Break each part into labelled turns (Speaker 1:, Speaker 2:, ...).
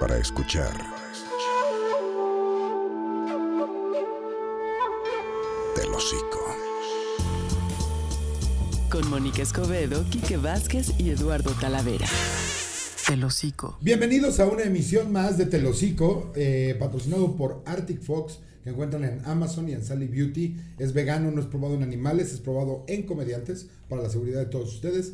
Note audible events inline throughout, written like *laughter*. Speaker 1: para escuchar. Del hocico.
Speaker 2: Con Mónica Escobedo, Quique Vázquez y Eduardo Talavera. Telocico.
Speaker 3: Bienvenidos a una emisión más de Telocico, eh, patrocinado por Arctic Fox, que encuentran en Amazon y en Sally Beauty. Es vegano, no es probado en animales, es probado en comediantes, para la seguridad de todos ustedes.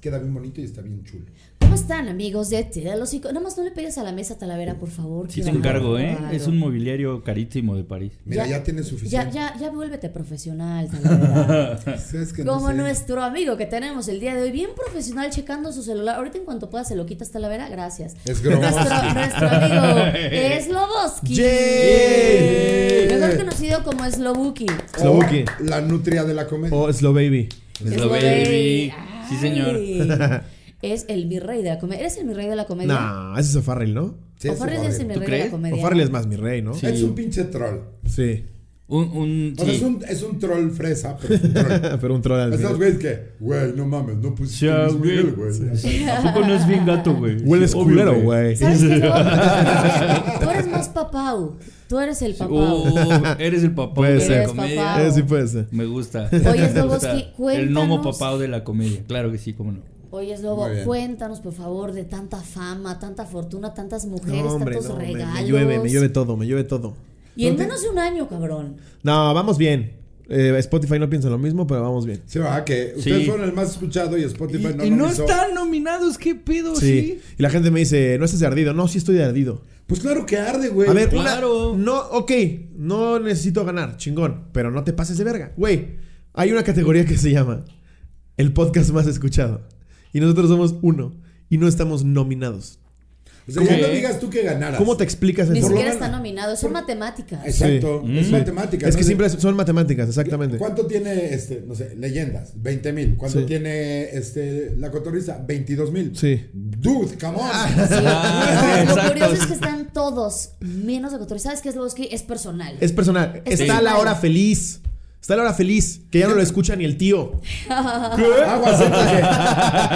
Speaker 3: Queda bien bonito y está bien chulo.
Speaker 4: ¿Cómo están, amigos de Telocico? Nada más no le pegues a la mesa Talavera, por favor.
Speaker 5: Sí,
Speaker 4: que
Speaker 5: es un
Speaker 4: va-
Speaker 5: cargo, ¿eh?
Speaker 4: Claro.
Speaker 5: Es un mobiliario carísimo de París.
Speaker 3: Mira, ya,
Speaker 4: Ya-
Speaker 3: tienes
Speaker 4: Ya,
Speaker 3: suficiente.
Speaker 4: ya, ya vuélvete profesional,
Speaker 3: *laughs*
Speaker 4: Talavera.
Speaker 3: Es que no
Speaker 4: Como
Speaker 3: sé.
Speaker 4: nuestro amigo que tenemos el día de hoy, bien profesional, checando su celular. Ahorita en cuanto pueda se lo quitas, Talavera. Gracias.
Speaker 3: Es *laughs*
Speaker 4: Nuestro,
Speaker 3: grosso.
Speaker 4: nuestro amigo
Speaker 5: *laughs*
Speaker 4: es Sloboski.
Speaker 3: Yay.
Speaker 4: Mejor conocido como Slobuki.
Speaker 6: Sloboki.
Speaker 3: O La nutria de la comedia.
Speaker 5: Oh,
Speaker 6: O Slow Baby.
Speaker 5: Es
Speaker 4: lo
Speaker 5: lo baby. Sí,
Speaker 4: Ay.
Speaker 5: señor. *laughs*
Speaker 4: Es el virrey de la comedia. ¿Eres el mi rey de la comedia?
Speaker 6: Nah, ese es O'Farrell, ¿no?
Speaker 3: Sí,
Speaker 4: ¿O
Speaker 3: es
Speaker 4: Farrell
Speaker 3: horrible.
Speaker 4: es el mi
Speaker 5: ¿Tú
Speaker 4: rey de la
Speaker 5: crees?
Speaker 4: comedia?
Speaker 6: O'Farrell es más mi rey, ¿no?
Speaker 3: Es un pinche troll.
Speaker 6: Sí. *laughs*
Speaker 5: Un, un,
Speaker 3: O sea,
Speaker 5: sí.
Speaker 3: es un, es un troll fresa, pero es
Speaker 5: *laughs*
Speaker 3: un troll.
Speaker 6: Pero un troll al
Speaker 3: Estos
Speaker 6: final.
Speaker 3: güeyes que, güey, no mames, no pusiste
Speaker 5: Ya,
Speaker 3: Luis
Speaker 5: güey.
Speaker 3: Miguel, güey.
Speaker 5: ¿A poco no es bien gato, güey?
Speaker 6: Hueles
Speaker 5: Sí, obvio,
Speaker 6: culero, güey.
Speaker 4: ¿Sabes
Speaker 6: *laughs*
Speaker 4: qué? No? Tú eres más papau. Tú eres el papau.
Speaker 6: Uh.
Speaker 5: Oh, eres el papá
Speaker 6: Puede
Speaker 5: de la
Speaker 4: ser.
Speaker 5: comedia.
Speaker 4: Eres
Speaker 6: Ese sí puede ser.
Speaker 5: Me gusta.
Speaker 4: Oye,
Speaker 5: Me gusta.
Speaker 4: Sloboski,
Speaker 5: El nomo
Speaker 4: cuéntanos.
Speaker 5: papá de la comedia. Claro que sí, cómo no.
Speaker 4: Oye, Slobo,
Speaker 3: Muy bien.
Speaker 4: cuéntanos, por favor, de tanta fama, tanta fortuna, tantas mujeres,
Speaker 6: No, hombre,
Speaker 4: tantos
Speaker 6: no, me, me
Speaker 4: regalos.
Speaker 6: llueve, me llueve todo, me llueve todo.
Speaker 4: Y en menos de un año, cabrón.
Speaker 6: No, vamos bien. Eh, Spotify no piensa lo mismo, pero vamos bien.
Speaker 3: Sí, va, que ustedes
Speaker 5: Sí.
Speaker 3: fueron el más escuchado y Spotify no
Speaker 5: y no
Speaker 3: nominó.
Speaker 5: están nominados, qué pedo,
Speaker 6: Sí.
Speaker 5: sí.
Speaker 6: Y la gente me dice, ¿no estás de ardido? No, sí estoy de ardido.
Speaker 3: Pues claro que arde, güey. Pues,
Speaker 6: A ver,
Speaker 5: claro.
Speaker 6: una- no, ok, no necesito ganar, chingón, pero no te pases de verga. Güey, hay una categoría que se llama el podcast más escuchado. Y nosotros somos uno y no estamos nominados.
Speaker 3: o sea, ya
Speaker 5: ¿Cómo?
Speaker 3: no digas tú que ganaras.
Speaker 6: ¿Cómo te explicas
Speaker 4: Ni
Speaker 6: eso?
Speaker 3: lo
Speaker 4: siquiera
Speaker 3: menos-
Speaker 4: está nominado. Son matemáticas.
Speaker 3: Exacto,
Speaker 6: Sí.
Speaker 3: es
Speaker 5: Mm.
Speaker 3: matemática.
Speaker 6: Es
Speaker 3: no
Speaker 6: que
Speaker 3: sé.
Speaker 6: siempre son matemáticas, exactamente.
Speaker 3: ¿Cuánto tiene, este, no sé, leyendas? 20 mil. ¿Cuánto
Speaker 6: Sí.
Speaker 3: tiene, este, la cotorriza? 22 mil.
Speaker 6: Sí.
Speaker 3: Dude, come on.
Speaker 5: Ah,
Speaker 4: Lo curioso
Speaker 5: exacto.
Speaker 4: es que están todos, menos de Cotor. ¿Sabes qué es lo que es personal?
Speaker 6: Es personal.
Speaker 4: Es
Speaker 6: Está
Speaker 4: personal.
Speaker 6: la hora feliz. Está la hora feliz, que ya no lo escucha ni el tío.
Speaker 3: Aguas, ¿eh? Porque-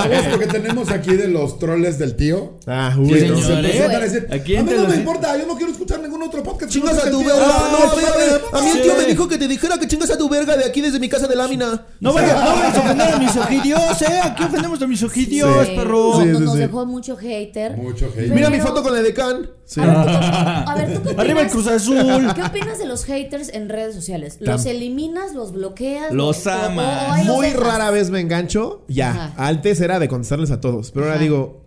Speaker 3: aguas lo que tenemos aquí de los troles del tío.
Speaker 6: Ah,
Speaker 5: Sí,
Speaker 6: güey. no.
Speaker 5: señor,
Speaker 3: Se
Speaker 5: ¿eh?
Speaker 3: presentan a decir,
Speaker 5: Aquí
Speaker 3: a mí
Speaker 5: entre
Speaker 3: no
Speaker 5: los-
Speaker 3: me importa, yo no quiero escuchar ningún otro podcast. que no
Speaker 6: Chingas
Speaker 3: sea
Speaker 6: a tu
Speaker 3: el tío".
Speaker 6: verga.
Speaker 3: Ah,
Speaker 6: No, espérame. A mí el tío
Speaker 5: Sí.
Speaker 6: me dijo que te dijera que chingas a tu verga de aquí desde mi casa de lámina.
Speaker 5: No vayas, no vayas a ofender a mis
Speaker 6: *laughs*
Speaker 5: ojidios, ¿eh? Aquí ofendemos a mis ojidios,
Speaker 4: Sí.
Speaker 5: perro.
Speaker 4: Nos,
Speaker 6: Sí, sí,
Speaker 4: nos
Speaker 6: sí.
Speaker 4: dejó mucho hater.
Speaker 3: Mucho hate.
Speaker 4: Pero-
Speaker 6: Mira mi foto con la de Can. Sí.
Speaker 4: A ver,
Speaker 6: *laughs*
Speaker 4: ¿tú, a ver, ¿tú qué opinas?
Speaker 5: Arriba el Cruz Azul.
Speaker 4: ¿Qué opinas de los haters en redes sociales? ¿Los
Speaker 6: Tam-
Speaker 4: eliminas, los bloqueas?
Speaker 5: Los
Speaker 4: o- o-
Speaker 5: amas.
Speaker 4: o ahí los
Speaker 6: Muy
Speaker 4: dejas?
Speaker 6: rara vez me engancho. Ya.
Speaker 4: Ajá.
Speaker 6: Antes era de contestarles a todos. Pero ahora
Speaker 4: Ajá.
Speaker 6: digo,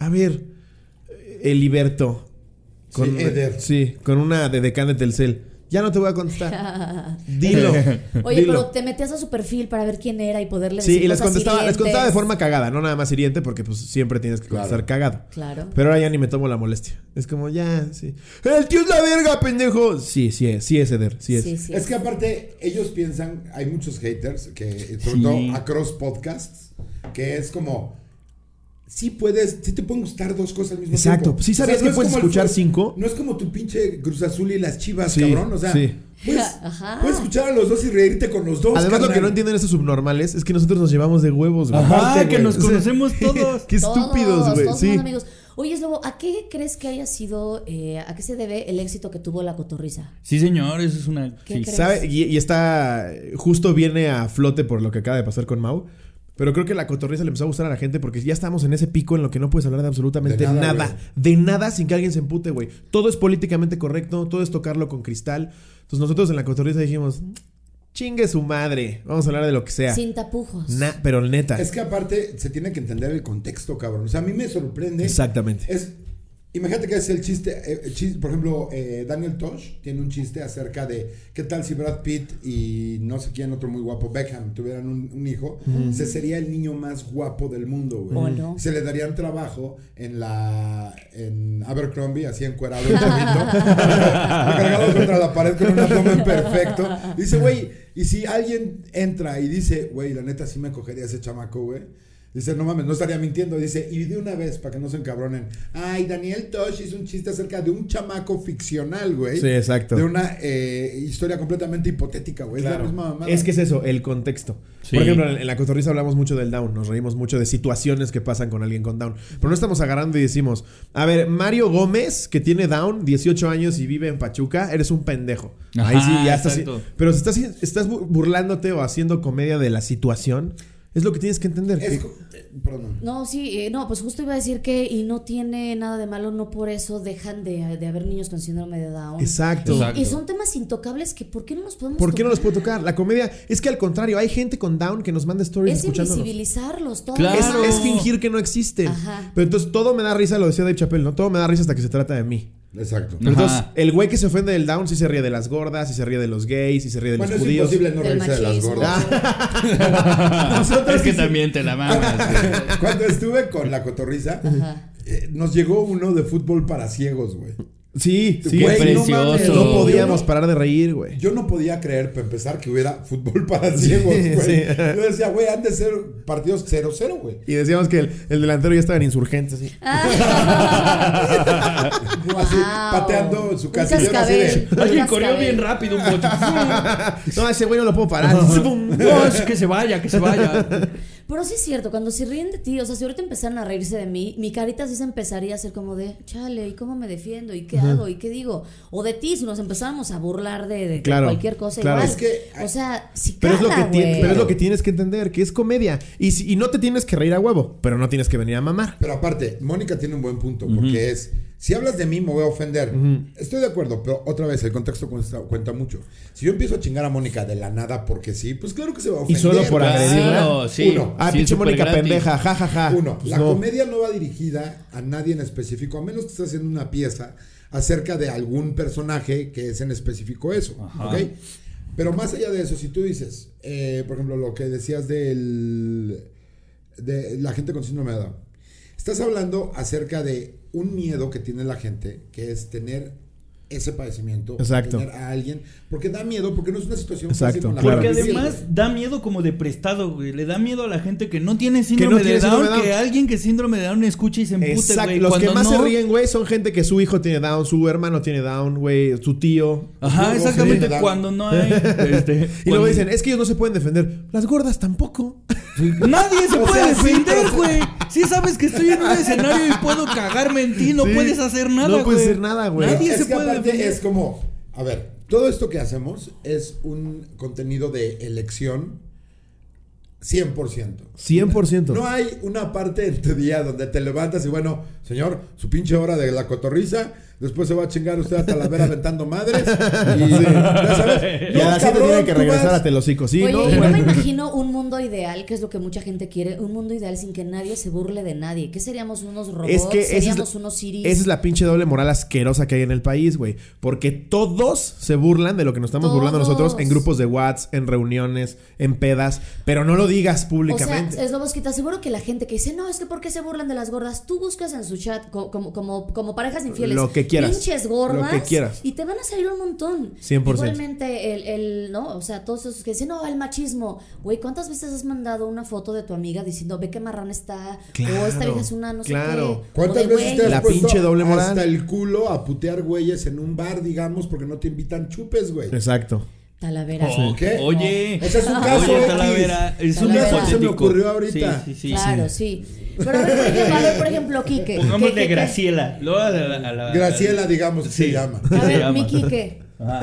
Speaker 6: a ver, Eliberto. Con,
Speaker 3: Sí, Eder.
Speaker 6: sí, con una de Decan de Telcel. Ya no te voy a contestar.
Speaker 4: *laughs*
Speaker 6: Dilo.
Speaker 4: Oye,
Speaker 6: dilo.
Speaker 4: pero te metías a su perfil para ver quién era y poderle
Speaker 6: Sí,
Speaker 4: decir
Speaker 6: y les
Speaker 4: cosas
Speaker 6: contestaba, les
Speaker 4: hirientes.
Speaker 6: contestaba de forma cagada, no nada más hiriente, porque pues siempre tienes que contestar cagado.
Speaker 4: Claro.
Speaker 6: Pero ahora ya ni me tomo la molestia. Es como, ya, sí. ¡El tío es la verga, pendejo! Sí, sí es, sí es Eder, sí es.
Speaker 4: Sí, sí.
Speaker 3: Es que aparte, ellos piensan, hay muchos haters que, eh, sobre todo across podcasts, que es como. Sí puedes, sí te pueden gustar dos cosas al mismo
Speaker 6: Exacto.
Speaker 3: tiempo.
Speaker 6: Sí sabías que
Speaker 3: es
Speaker 6: puedes
Speaker 3: como el
Speaker 6: escuchar
Speaker 3: fut-
Speaker 6: cinco.
Speaker 3: No es como tu pinche Cruz Azul y las Chivas,
Speaker 6: Sí,
Speaker 3: cabrón. O sea,
Speaker 6: sí.
Speaker 3: puedes,
Speaker 4: *laughs* Ajá.
Speaker 3: puedes escuchar a los dos y reírte con los dos.
Speaker 6: Además, lo
Speaker 3: carnal.
Speaker 6: que no entienden esos subnormales es que nosotros nos llevamos de huevos, güey.
Speaker 5: Ajá,
Speaker 3: Aparte,
Speaker 5: Ah, que
Speaker 3: güey.
Speaker 5: nos conocemos todos.
Speaker 6: *laughs* Qué estúpidos,
Speaker 4: Todos,
Speaker 6: güey.
Speaker 4: todos
Speaker 6: Sí.
Speaker 4: somos amigos. Oye, Slobo, ¿a qué crees que haya sido, eh, a qué se debe el éxito que tuvo la cotorriza?
Speaker 5: Sí, señor, eso es una.
Speaker 4: ¿Qué
Speaker 5: sí.
Speaker 4: crees?
Speaker 6: ¿Sabe? Y, y está. Justo viene a flote por lo que acaba de pasar con Mau. Pero creo que la cotorriza le empezó a gustar a la gente porque ya estamos en ese pico en lo que no puedes hablar de absolutamente
Speaker 3: De nada,
Speaker 6: nada.
Speaker 3: güey.
Speaker 6: de nada sin que alguien se empute, güey. Todo es políticamente correcto, todo es tocarlo con cristal. Entonces nosotros en la cotorriza dijimos: "Mm, chingue su madre, vamos a hablar de lo que sea.
Speaker 4: Sin tapujos.
Speaker 6: Na- pero neta.
Speaker 3: Es que aparte se tiene que entender el contexto, cabrón. O sea, a mí me sorprende.
Speaker 6: Exactamente.
Speaker 3: Es, imagínate que es el chiste, eh, el chis- por ejemplo, eh, Daniel Tosh tiene un chiste acerca de qué tal si Brad Pitt y no sé quién otro muy guapo, Beckham, tuvieran un, un hijo, se sería el niño más guapo del mundo, güey.
Speaker 4: ¿O no?
Speaker 3: Se le darían trabajo en la en Abercrombie, así encuerado,
Speaker 4: *laughs*
Speaker 3: el *laughs* recargado contra la pared con un abdomen perfecto. Dice, güey, y si alguien entra y dice, güey, la neta sí me cogería a ese chamaco, güey. Dice, no mames, no estaría mintiendo. Dice, y de una vez, para que no se encabronen. Ay, Daniel Tosh hizo un chiste acerca de un chamaco ficcional, güey.
Speaker 6: Sí, exacto.
Speaker 3: De una eh, historia completamente hipotética, güey. Es
Speaker 6: Claro.
Speaker 3: la misma mamada.
Speaker 6: Es que es eso, el contexto.
Speaker 7: Sí.
Speaker 6: Por ejemplo, en en la cotorriza hablamos mucho del down, nos reímos mucho de situaciones que pasan con alguien con down. Pero no estamos agarrando y decimos, a ver, Mario Gómez, que tiene down, 18 años y vive en Pachuca, eres un pendejo.
Speaker 7: Ajá,
Speaker 6: Ahí sí, ya estás.
Speaker 7: exacto.
Speaker 6: Pero si estás, estás bu- burlándote o haciendo comedia de la situación, es lo que tienes que entender.
Speaker 3: Es
Speaker 6: que-
Speaker 3: co- eh, perdón.
Speaker 4: No, sí, eh, no, pues justo iba a decir que y no tiene nada de malo, no por eso dejan de, de haber niños con síndrome de Down.
Speaker 6: Exacto.
Speaker 7: Exacto.
Speaker 4: Y son temas intocables que ¿por qué no los podemos
Speaker 6: ¿Por qué no
Speaker 4: tocar?
Speaker 6: los puedo tocar? La comedia es que al contrario, hay gente con down que nos manda stories
Speaker 4: Es
Speaker 6: escuchándonos.
Speaker 4: invisibilizarlos todos.
Speaker 7: Claro.
Speaker 6: Es, es fingir que no existen.
Speaker 4: Ajá.
Speaker 6: Pero entonces todo me da risa, lo decía Dave Chappelle, ¿no? Todo me da risa hasta que se trata de mí.
Speaker 3: Exacto.
Speaker 7: No.
Speaker 6: Pero entonces,
Speaker 7: Ajá.
Speaker 6: el güey que se ofende del down sí se ríe de las gordas, sí se ríe de los gays, sí se ríe de
Speaker 3: Bueno,
Speaker 6: los
Speaker 3: es
Speaker 6: judíos. *laughs* Ah.
Speaker 3: imposible no
Speaker 4: Del
Speaker 3: reírse de las
Speaker 4: machismo.
Speaker 3: gordas.
Speaker 5: *laughs*
Speaker 7: *laughs* es que también te la
Speaker 3: *laughs*
Speaker 7: mamas. güey.
Speaker 3: Cuando estuve con la cotorriza,
Speaker 4: Ajá.
Speaker 3: eh, nos llegó uno de fútbol para ciegos, güey.
Speaker 6: Sí, sí.
Speaker 3: Güey,
Speaker 6: güey,
Speaker 7: precioso.
Speaker 6: no,
Speaker 3: mames,
Speaker 6: no
Speaker 7: Sí.
Speaker 6: podíamos parar de reír, güey.
Speaker 3: Yo no podía creer, para empezar, que hubiera fútbol para ciegos, güey.
Speaker 6: sí.
Speaker 3: Yo decía, güey, han de ser partidos 0-0, güey.
Speaker 6: Y decíamos que el, el delantero ya estaba en insurgentes. así.
Speaker 4: Ah.
Speaker 3: Así, pateando su casillero, así de-
Speaker 6: *laughs*
Speaker 7: Alguien corrió bien rápido un
Speaker 3: *laughs*
Speaker 7: bote.
Speaker 6: *laughs* No, ese güey no lo puedo parar. Pum.
Speaker 7: no, es que se vaya, que se vaya.
Speaker 4: Pero sí es cierto, cuando se ríen de ti, o sea, si ahorita empezaran a reírse de mí, mi carita sí se empezaría a hacer como de, chale, ¿y cómo me defiendo? ¿Y qué hago? ¿Y qué digo? O de ti, si nos empezábamos a burlar de, de
Speaker 6: Claro,
Speaker 4: cualquier cosa
Speaker 6: claro.
Speaker 4: igual.
Speaker 6: Es
Speaker 3: que-
Speaker 4: o sea, sí
Speaker 6: Pero es, lo que
Speaker 4: cala,
Speaker 6: tien-
Speaker 4: güey.
Speaker 6: pero es lo que tienes que entender, que es comedia. Y, si- y no te tienes que reír a huevo, pero no tienes que venir a mamar.
Speaker 3: Pero aparte, Mónica tiene un buen punto, porque es, si hablas de mí me voy a ofender. Estoy de acuerdo, pero otra vez, el contexto cuenta, cuenta mucho. Si yo empiezo a chingar a Mónica de la nada porque sí, pues claro que se va a
Speaker 6: Y
Speaker 3: ofender.
Speaker 6: solo por
Speaker 3: güey.
Speaker 6: agredirla.
Speaker 7: Claro, sí.
Speaker 3: Uno.
Speaker 6: Ah,
Speaker 7: Sí,
Speaker 6: pinche
Speaker 7: súper
Speaker 6: Mónica
Speaker 7: gratis.
Speaker 6: pendeja, jajaja.
Speaker 3: Uno,
Speaker 6: Pues
Speaker 3: la
Speaker 6: no.
Speaker 3: comedia no va dirigida a nadie en específico, a menos que estés haciendo una pieza acerca de algún personaje que es en específico eso.
Speaker 7: Ajá.
Speaker 3: ¿ok? Pero más allá de eso, si tú dices, eh, por ejemplo, lo que decías del, de la gente con síndrome de Down, estás hablando acerca de un miedo que tiene la gente, que es tener ese padecimiento,
Speaker 6: Exacto.
Speaker 3: tener a alguien, porque da miedo, porque no es una situación fácil
Speaker 6: Exacto,
Speaker 3: con la
Speaker 6: claro.
Speaker 7: Porque
Speaker 3: cual vivir,
Speaker 7: además
Speaker 3: güey.
Speaker 7: da miedo como de prestado, güey. Le da miedo a la gente que no tiene síndrome,
Speaker 6: no tiene
Speaker 7: de, Down,
Speaker 6: síndrome de Down.
Speaker 7: que alguien que síndrome de Down escuche y se empute,
Speaker 6: Exacto.
Speaker 7: güey.
Speaker 6: Los
Speaker 7: Cuando
Speaker 6: que más
Speaker 7: no-
Speaker 6: se ríen, güey, son gente que su hijo tiene down, su hermano tiene down, güey, su tío.
Speaker 7: Ajá,
Speaker 3: Luego
Speaker 7: exactamente.
Speaker 3: se dan-
Speaker 7: Cuando no
Speaker 6: *laughs*
Speaker 7: hay. *laughs* este,
Speaker 6: Y luego
Speaker 7: cuando-
Speaker 6: dicen, "Eh, es que ellos no se pueden defender. Las gordas tampoco.
Speaker 7: Nadie se
Speaker 3: O
Speaker 7: puede
Speaker 3: sea, sí,
Speaker 7: defender,
Speaker 3: pero-
Speaker 7: güey. Si sabes que estoy
Speaker 6: *laughs*
Speaker 7: en un escenario y puedo cagarme en ti, no
Speaker 6: Sí.
Speaker 7: puedes hacer nada, güey.
Speaker 6: No puedes hacer nada, güey.
Speaker 7: Nadie
Speaker 3: Pues, es
Speaker 7: se
Speaker 3: que
Speaker 7: puede
Speaker 3: aparte
Speaker 7: defender.
Speaker 3: es como, a ver, todo esto que hacemos es un contenido de elección 100%.
Speaker 6: 100%.
Speaker 3: No hay una parte de tu día donde te levantas y bueno, señor, su pinche hora de la cotorriza, después se va a chingar usted a Talavera aventando
Speaker 6: *laughs*
Speaker 3: madres y ya sabes,
Speaker 6: y a
Speaker 3: no,
Speaker 6: las 7
Speaker 3: cabrón,
Speaker 6: tienen que
Speaker 3: tú
Speaker 6: regresar
Speaker 3: vas-
Speaker 6: a Telocico, ¿sí?
Speaker 4: Oye, y no
Speaker 6: ¿no? *laughs*
Speaker 4: me
Speaker 6: Bueno.
Speaker 4: imagino un mundo ideal, que es lo que mucha gente quiere, un mundo ideal sin que nadie se burle de nadie. ¿Qué seríamos unos robots?
Speaker 6: Es que esa es
Speaker 4: seríamos
Speaker 6: la-
Speaker 4: unos Siris.
Speaker 6: Esa es la pinche doble moral asquerosa que hay en el país, güey. Porque todos se burlan de lo que nos estamos burlando
Speaker 4: Todos.
Speaker 6: nosotros en grupos de WhatsApp, en reuniones, en pedas. Pero no lo
Speaker 4: O
Speaker 6: digas
Speaker 4: sea,
Speaker 6: públicamente.
Speaker 4: es lo que te aseguro que la gente que dice, no, es que ¿por qué se burlan de las gordas? Tú buscas en su chat co- como, como, como parejas infieles.
Speaker 6: Lo que quieras.
Speaker 4: Pinches gordas.
Speaker 6: Lo que quieras.
Speaker 4: Y te van a salir un montón.
Speaker 6: 100%.
Speaker 4: Igualmente, el, el, ¿no? O sea, todos esos que dicen, no, el machismo. Güey, ¿cuántas veces has mandado una foto de tu amiga diciendo, ve qué marrán está?
Speaker 6: Claro,
Speaker 4: o esta vieja es una, no
Speaker 6: claro.
Speaker 4: sé qué.
Speaker 3: ¿Cuántas
Speaker 4: o de,
Speaker 3: veces
Speaker 4: "Güey,
Speaker 3: te has
Speaker 6: La
Speaker 3: puesto
Speaker 6: pinche doble moral.
Speaker 3: hasta el culo a putear güeyes en un bar, digamos, porque no te invitan chupes, güey?
Speaker 6: Exacto.
Speaker 4: Talavera.
Speaker 7: Oh,
Speaker 3: ¿Qué?
Speaker 7: Oye.
Speaker 3: O sea, es un caso
Speaker 7: Oye,
Speaker 3: X.
Speaker 7: Talavera, es un
Speaker 4: Talavera.
Speaker 7: caso
Speaker 4: Se me
Speaker 7: hipotético.
Speaker 3: ocurrió ahorita.
Speaker 7: Sí, sí, sí.
Speaker 4: claro, sí. Pero a ver, por ejemplo, a ver, por ejemplo, Quique.
Speaker 7: Pongamos
Speaker 4: ¿Qué-
Speaker 7: de
Speaker 4: qué- qué-
Speaker 7: Graciela. Luego a la- a la-
Speaker 3: Graciela, digamos, que se
Speaker 7: Sí.
Speaker 3: llama.
Speaker 7: ¿Qué
Speaker 4: A
Speaker 7: se
Speaker 4: ver, Eh,
Speaker 7: llama?
Speaker 4: mi Quique.
Speaker 7: Ah.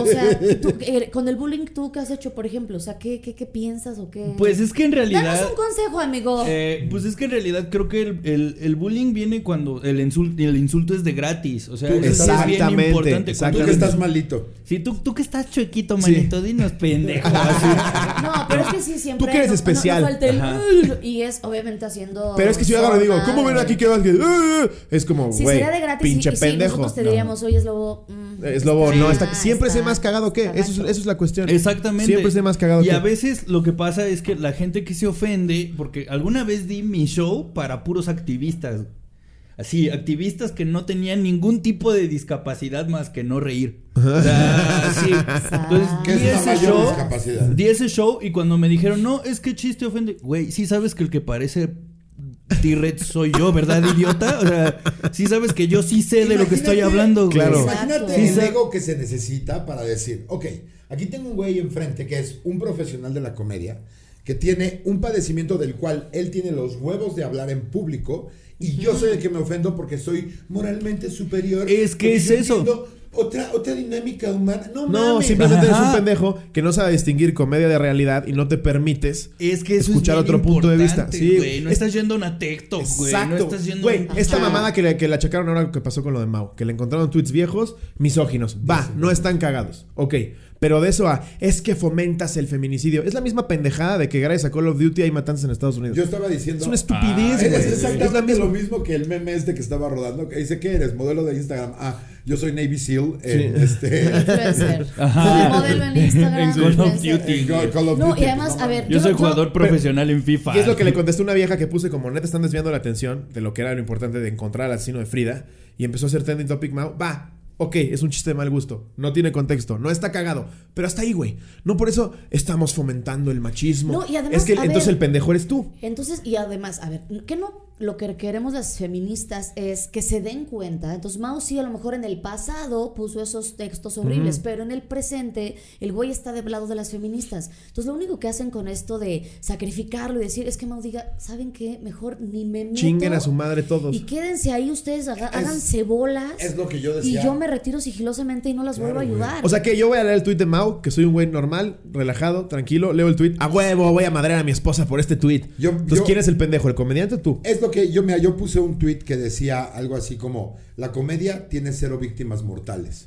Speaker 4: O sea, tú, eh, con el bullying tú qué has hecho, por ejemplo, o sea, ¿qué, qué, qué piensas o qué?
Speaker 7: Pues es que en realidad.
Speaker 4: Danos un consejo, amigo.
Speaker 7: Eh, pues es que en realidad creo que el, el- el bullying viene cuando el insulto, el insulto es de gratis. O sea,
Speaker 3: Tú-
Speaker 7: eso sí es bien
Speaker 6: Exactamente,
Speaker 7: importante.
Speaker 3: Tú que
Speaker 6: exactamente.
Speaker 3: estás malito.
Speaker 7: Si tú, tú que estás chuequito,
Speaker 6: Sí.
Speaker 7: manito, dinos
Speaker 3: *laughs*
Speaker 7: pendejo.
Speaker 3: Ah,
Speaker 7: así.
Speaker 4: no, pero es que sí siempre.
Speaker 6: Tú que eres
Speaker 4: no- no-
Speaker 6: especial.
Speaker 4: no falta el-
Speaker 7: Ajá.
Speaker 4: y es obviamente haciendo.
Speaker 6: Pero es que si yo agarro y digo, ¿cómo ven aquí que vas? que, "Eh, eh"? Es como,
Speaker 4: Si
Speaker 6: güey,
Speaker 4: sería de gratis,
Speaker 6: pinche
Speaker 4: y, y
Speaker 6: pendejo.
Speaker 4: Sí, nosotros te
Speaker 6: No.
Speaker 4: diríamos, oye, es lobo. mm,
Speaker 6: Es lobo, no, está, siempre
Speaker 4: está-
Speaker 6: sé más cagado que.
Speaker 4: está
Speaker 6: Eso es,
Speaker 4: gacho.
Speaker 6: eso es la cuestión.
Speaker 7: Exactamente.
Speaker 6: Siempre sé más cagado
Speaker 7: Y
Speaker 6: que.
Speaker 7: a veces lo que pasa es que la gente que se ofende, porque alguna vez di mi show para puros activistas. así, activistas que no tenían ningún tipo de discapacidad más que no reír. O
Speaker 6: *laughs*
Speaker 7: sea, sí. Entonces,
Speaker 3: ¿Qué es
Speaker 7: vi
Speaker 3: la
Speaker 7: ese
Speaker 3: mayor
Speaker 7: show,
Speaker 3: discapacidad?
Speaker 7: di ese show y cuando me dijeron, no, es que chiste ofende. Güey, sí sabes que el que parece T-Rex soy yo, ¿verdad, idiota? O sea, sí sabes que yo sí sé de lo que estoy
Speaker 3: Imagínate-
Speaker 7: hablando, güey.
Speaker 6: Claro.
Speaker 3: Imagínate
Speaker 7: Sí,
Speaker 3: el
Speaker 7: sa-
Speaker 3: ego que se necesita para decir, ok, aquí tengo un güey enfrente que es un profesional de la comedia, que tiene un padecimiento del cual él tiene los huevos de hablar en público y yo soy el que me ofendo porque soy moralmente superior.
Speaker 7: Es que
Speaker 3: porque
Speaker 7: es
Speaker 3: yo
Speaker 7: eso.
Speaker 3: entiendo Otra, otra dinámica humana. No,
Speaker 6: No,
Speaker 3: mames.
Speaker 6: simplemente
Speaker 7: Ajá.
Speaker 6: eres un pendejo que no sabe distinguir comedia de realidad y no te permites
Speaker 7: Es que eso
Speaker 6: escuchar
Speaker 7: es bien
Speaker 6: otro punto de vista.
Speaker 7: importante,
Speaker 6: Sí,
Speaker 7: güey. No
Speaker 6: es-
Speaker 7: estás yendo a una TikTok, güey. No estás yendo a
Speaker 6: Güey,
Speaker 7: un-
Speaker 6: esta
Speaker 4: Ajá.
Speaker 6: mamada que le, que le achacaron ahora que pasó con lo de Mau, que le encontraron tweets viejos, misóginos. Va, no están cagados. Ok. Pero de eso a, es que fomentas el feminicidio. Es la misma pendejada de que gracias a Call of Duty hay matanzas en Estados Unidos.
Speaker 3: Yo estaba diciendo. "Ah,
Speaker 6: es una estupidez,
Speaker 3: Es
Speaker 6: güey.
Speaker 3: exactamente
Speaker 6: Es la misma.
Speaker 3: lo mismo que el meme este que estaba rodando. Que dice, ¿qué eres? Modelo de Instagram. Ah, yo soy Navy SEAL. En
Speaker 7: *laughs*
Speaker 3: este,
Speaker 6: *laughs*
Speaker 4: Influencer.
Speaker 7: Ajá.
Speaker 4: Soy modelo en Instagram.
Speaker 7: *laughs* En Call of
Speaker 4: influencer.
Speaker 7: Duty.
Speaker 3: en Call of
Speaker 4: No,
Speaker 3: Duty,
Speaker 4: y además,
Speaker 3: pues, no
Speaker 4: a
Speaker 3: mames.
Speaker 4: ver.
Speaker 7: Yo soy
Speaker 4: no-
Speaker 7: jugador profesional en FIFA.
Speaker 6: ¿Qué es lo que le contestó una vieja que puse como neta están desviando la atención de lo que era lo importante de encontrar al asesino de Frida? Y empezó a hacer trending topic Mao. Va, ok, es un chiste de mal gusto. No tiene contexto, no está cagado. Pero hasta ahí, güey. No por eso estamos fomentando el machismo.
Speaker 4: No, y además,
Speaker 6: es que
Speaker 4: a
Speaker 6: entonces
Speaker 4: ver.
Speaker 6: el pendejo eres tú.
Speaker 4: Entonces, y además, a ver, que no lo que queremos las feministas es que se den cuenta? Entonces, Mao sí, a lo mejor en el pasado puso esos textos horribles, pero en el presente el güey está del lado de las feministas. Entonces, lo único que hacen con esto de sacrificarlo y decir es que Mao diga, ¿saben qué? Mejor ni me meto.
Speaker 6: Chinguen a su madre todos.
Speaker 4: Y quédense ahí ustedes, haga- háganse bolas.
Speaker 3: es lo que yo decía.
Speaker 4: Y yo me retiro sigilosamente y no las vuelvo a ayudar.
Speaker 6: O sea que yo voy a leer el tweet de Mao, que soy un güey normal, relajado, tranquilo, leo el tweet, a huevo, voy a madrear a mi esposa por este tweet.
Speaker 3: Yo-
Speaker 6: Entonces,
Speaker 3: yo-
Speaker 6: ¿quién es el pendejo? ¿El comediante o tú?
Speaker 3: Es lo que yo, mira, yo puse un tweet que decía algo así como: La comedia tiene cero víctimas mortales.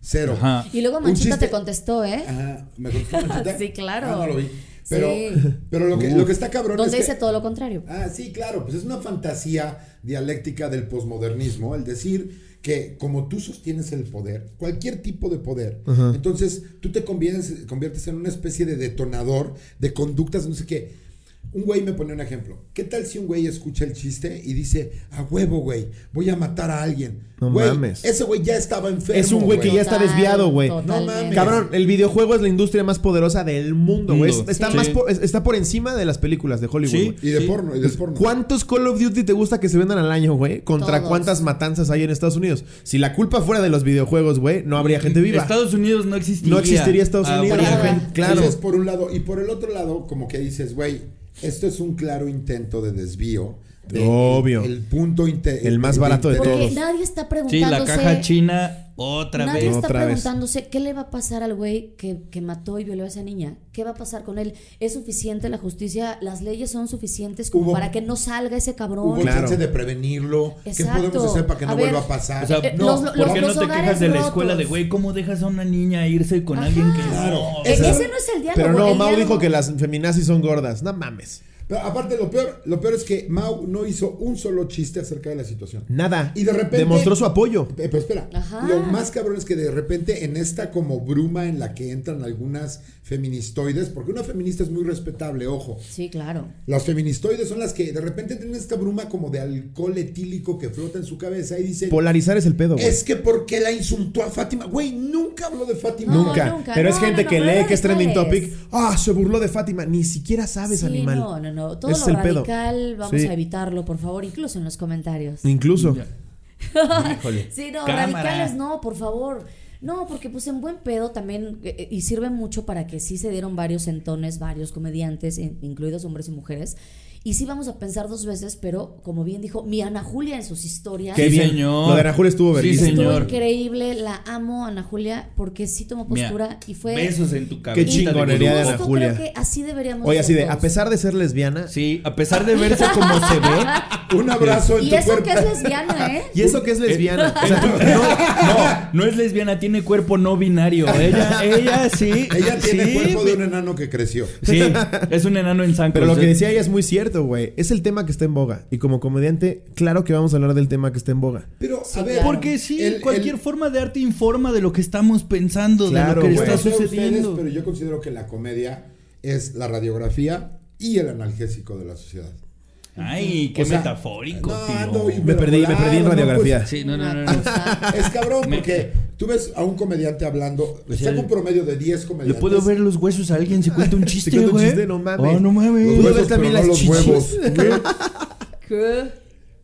Speaker 3: Cero.
Speaker 7: *laughs* Ajá.
Speaker 4: y luego
Speaker 3: un
Speaker 4: Manchita
Speaker 3: chiste-
Speaker 4: te contestó, ¿eh?
Speaker 6: Ah,
Speaker 3: Ajá, ¿me contestó Manchita?
Speaker 4: *laughs* Sí, claro.
Speaker 3: Ah, no lo vi. Pero,
Speaker 4: Sí.
Speaker 3: pero lo, que, lo que está cabrón es
Speaker 4: Donde
Speaker 3: que-
Speaker 4: dice todo lo contrario.
Speaker 3: Ah, sí, claro, pues es una fantasía dialéctica del posmodernismo, el decir que como tú sostienes el poder, cualquier tipo de poder, entonces tú te conviertes, conviertes en una especie de detonador de conductas, no sé qué. Un güey me pone un ejemplo. ¿Qué tal si un güey escucha el chiste y dice, a huevo, güey, voy a matar a alguien?
Speaker 6: No
Speaker 3: Güey,
Speaker 6: mames.
Speaker 3: Ese güey ya estaba enfermo.
Speaker 6: Es un güey que ya está
Speaker 4: Total,
Speaker 6: desviado, güey.
Speaker 4: totalmente.
Speaker 3: No mames.
Speaker 6: Cabrón, el videojuego es la industria más poderosa del mundo, güey.
Speaker 7: Mundo.
Speaker 6: Está,
Speaker 7: Sí.
Speaker 6: más por, es- está por encima de las películas de Hollywood,
Speaker 7: Sí.
Speaker 6: güey.
Speaker 3: Y de porno, y de
Speaker 6: Pues,
Speaker 3: porno.
Speaker 6: ¿Cuántos Call of Duty te gusta que se vendan al año, güey? ¿Contra
Speaker 4: Todos.
Speaker 6: cuántas matanzas hay en Estados Unidos? Si la culpa fuera de los videojuegos, güey, no habría gente viva.
Speaker 7: Estados Unidos ah, no existiría.
Speaker 6: No existiría Estados
Speaker 7: Habría
Speaker 6: Unidos.
Speaker 4: Habría
Speaker 6: güey.
Speaker 4: gente-
Speaker 6: Claro.
Speaker 3: Entonces, por un lado. Y por el otro lado, como que dices, güey, esto es un claro intento de desvío. de
Speaker 6: Obvio.
Speaker 3: El, el punto inte-
Speaker 6: El más barato de
Speaker 3: interés.
Speaker 4: Porque
Speaker 6: todos.
Speaker 4: nadie está
Speaker 7: Sí,
Speaker 4: preguntándose.
Speaker 7: la caja china otra
Speaker 4: Nadie
Speaker 7: vez.
Speaker 4: está
Speaker 6: Otra vez.
Speaker 4: preguntándose qué le va a pasar al güey que, que mató y violó a esa niña. ¿Qué va a pasar con él? ¿Es suficiente la justicia? ¿Las leyes son suficientes como
Speaker 3: Hubo-
Speaker 4: para que no salga ese
Speaker 3: Hubo
Speaker 4: cabrón? Eh,
Speaker 6: Claro.
Speaker 3: chance de prevenirlo.
Speaker 4: Exacto.
Speaker 3: ¿Qué podemos hacer para que no
Speaker 4: A ver,
Speaker 3: vuelva a pasar?
Speaker 7: O sea,
Speaker 4: Eh,
Speaker 7: no,
Speaker 4: los- los-
Speaker 7: ¿por qué
Speaker 4: los
Speaker 7: no te
Speaker 4: hogares
Speaker 7: quejas de la
Speaker 4: rotos.
Speaker 7: escuela de güey? ¿Cómo dejas a una niña irse con
Speaker 4: Ajá.
Speaker 7: alguien que
Speaker 3: Claro.
Speaker 7: no?
Speaker 4: E-
Speaker 3: Esa-
Speaker 4: ese no es el diálogo.
Speaker 6: Pero no,
Speaker 4: el
Speaker 6: Mau
Speaker 4: diálogo-
Speaker 6: dijo que las feminazis son gordas. No mames.
Speaker 3: Pero aparte, lo peor, lo peor es que Mau no hizo un solo chiste acerca de la situación.
Speaker 6: Nada.
Speaker 3: Y de repente-
Speaker 6: Demostró su apoyo.
Speaker 3: Eh, Pero espera,
Speaker 4: Ajá.
Speaker 3: lo más cabrón es que de repente en esta como bruma en la que entran algunas feministoides, porque una feminista es muy respetable, ojo,
Speaker 4: Sí, claro.
Speaker 3: Las feministoides son las que de repente tienen esta bruma como de alcohol etílico que flota en su cabeza y dicen,
Speaker 6: Polarizar es el pedo, güey.
Speaker 3: es que porque la insultó a Fátima? Güey, nunca habló de Fátima.
Speaker 4: No,
Speaker 6: Nunca.
Speaker 4: nunca.
Speaker 6: Pero es
Speaker 4: No, no,
Speaker 6: gente
Speaker 4: no,
Speaker 6: que
Speaker 4: pero
Speaker 6: lee
Speaker 4: no
Speaker 6: que es trending
Speaker 4: radicales.
Speaker 6: topic. Ah, se burló de Fátima. Ni siquiera sabes,
Speaker 4: Sí,
Speaker 6: animal.
Speaker 4: no, no, no. Todo
Speaker 6: Ese
Speaker 4: lo
Speaker 6: es el pedo.
Speaker 4: radical vamos
Speaker 6: Sí.
Speaker 4: a evitarlo, por favor, incluso en los comentarios.
Speaker 6: Incluso.
Speaker 7: Híjole.
Speaker 4: *laughs* Sí, no,
Speaker 7: Cámara.
Speaker 4: radicales no, por favor. No, porque pues en buen pedo también, eh, eh, y sirve mucho para que sí se dieron varios entones, varios comediantes, in- incluidos hombres y mujeres. Y sí vamos a pensar dos veces, pero como bien dijo mi Ana Julia en sus historias,
Speaker 6: Qué
Speaker 7: Sí,
Speaker 6: bien.
Speaker 7: señor.
Speaker 6: Lo de Ana Julia estuvo
Speaker 7: Sí,
Speaker 6: verguísima.
Speaker 7: señor.
Speaker 4: estuvo increíble, la amo Ana Julia, porque sí tomó
Speaker 7: Mira,
Speaker 4: postura y fue...
Speaker 7: Besos en tu cabeza.
Speaker 6: Qué chingonería de Ana
Speaker 4: Justo
Speaker 6: Julia.
Speaker 4: Creo que así deberíamos
Speaker 6: Oye, así de,
Speaker 4: ser
Speaker 6: a
Speaker 4: todos.
Speaker 6: pesar de ser lesbiana,
Speaker 7: Sí, a pesar de verse como se ve.
Speaker 4: *laughs*
Speaker 3: Un abrazo en
Speaker 4: Y
Speaker 3: tu
Speaker 4: eso
Speaker 3: cuerpo.
Speaker 4: que es lesbiana,
Speaker 6: *laughs*
Speaker 4: ¿eh?
Speaker 6: y eso que es lesbiana. O sea,
Speaker 7: No, no es lesbiana, tiene cuerpo no binario. Ella, ella sí.
Speaker 3: *laughs* Ella tiene
Speaker 7: sí,
Speaker 3: cuerpo de
Speaker 7: mi-
Speaker 3: un enano que creció.
Speaker 7: Sí, es un enano en sangre.
Speaker 6: pero lo que
Speaker 7: O sea,
Speaker 6: decía ella es muy cierto, güey. Es el tema que está en boga. Y como comediante, claro que vamos a hablar del tema que está en boga.
Speaker 3: Pero,
Speaker 4: Sí,
Speaker 3: a ver.
Speaker 4: claro.
Speaker 7: Porque sí,
Speaker 3: el- el-
Speaker 7: cualquier forma de arte informa de lo que estamos pensando, de lo
Speaker 6: Claro,
Speaker 7: que
Speaker 6: güey.
Speaker 7: está
Speaker 3: no sé ustedes,
Speaker 7: sucediendo.
Speaker 3: pero yo considero que la comedia es la radiografía y el analgésico de la sociedad.
Speaker 7: Ay, qué
Speaker 3: O sea,
Speaker 7: metafórico,
Speaker 3: no, Ah,
Speaker 7: tío.
Speaker 3: ando bien
Speaker 5: Me perdí, me perdí en
Speaker 3: volado, no,
Speaker 5: radiografía.
Speaker 7: Sí, no, no, no. no.
Speaker 4: Una cosa-
Speaker 3: pues, Es cabrón,
Speaker 7: *laughs* Me-
Speaker 3: porque tú ves a un comediante hablando,
Speaker 7: O sea,
Speaker 3: saca un promedio de 10
Speaker 7: Le
Speaker 3: comediantes.
Speaker 7: puedo ver los huesos a alguien, se cuenta
Speaker 3: *laughs*
Speaker 7: un chiste,
Speaker 6: cuenta un
Speaker 7: güey.
Speaker 6: chiste, no mames.
Speaker 7: Oh, no mames.
Speaker 3: los
Speaker 6: Puedo ver
Speaker 3: huesos,
Speaker 6: también
Speaker 3: pero no
Speaker 6: las
Speaker 3: los huevos.
Speaker 6: *laughs*
Speaker 4: ¿Qué?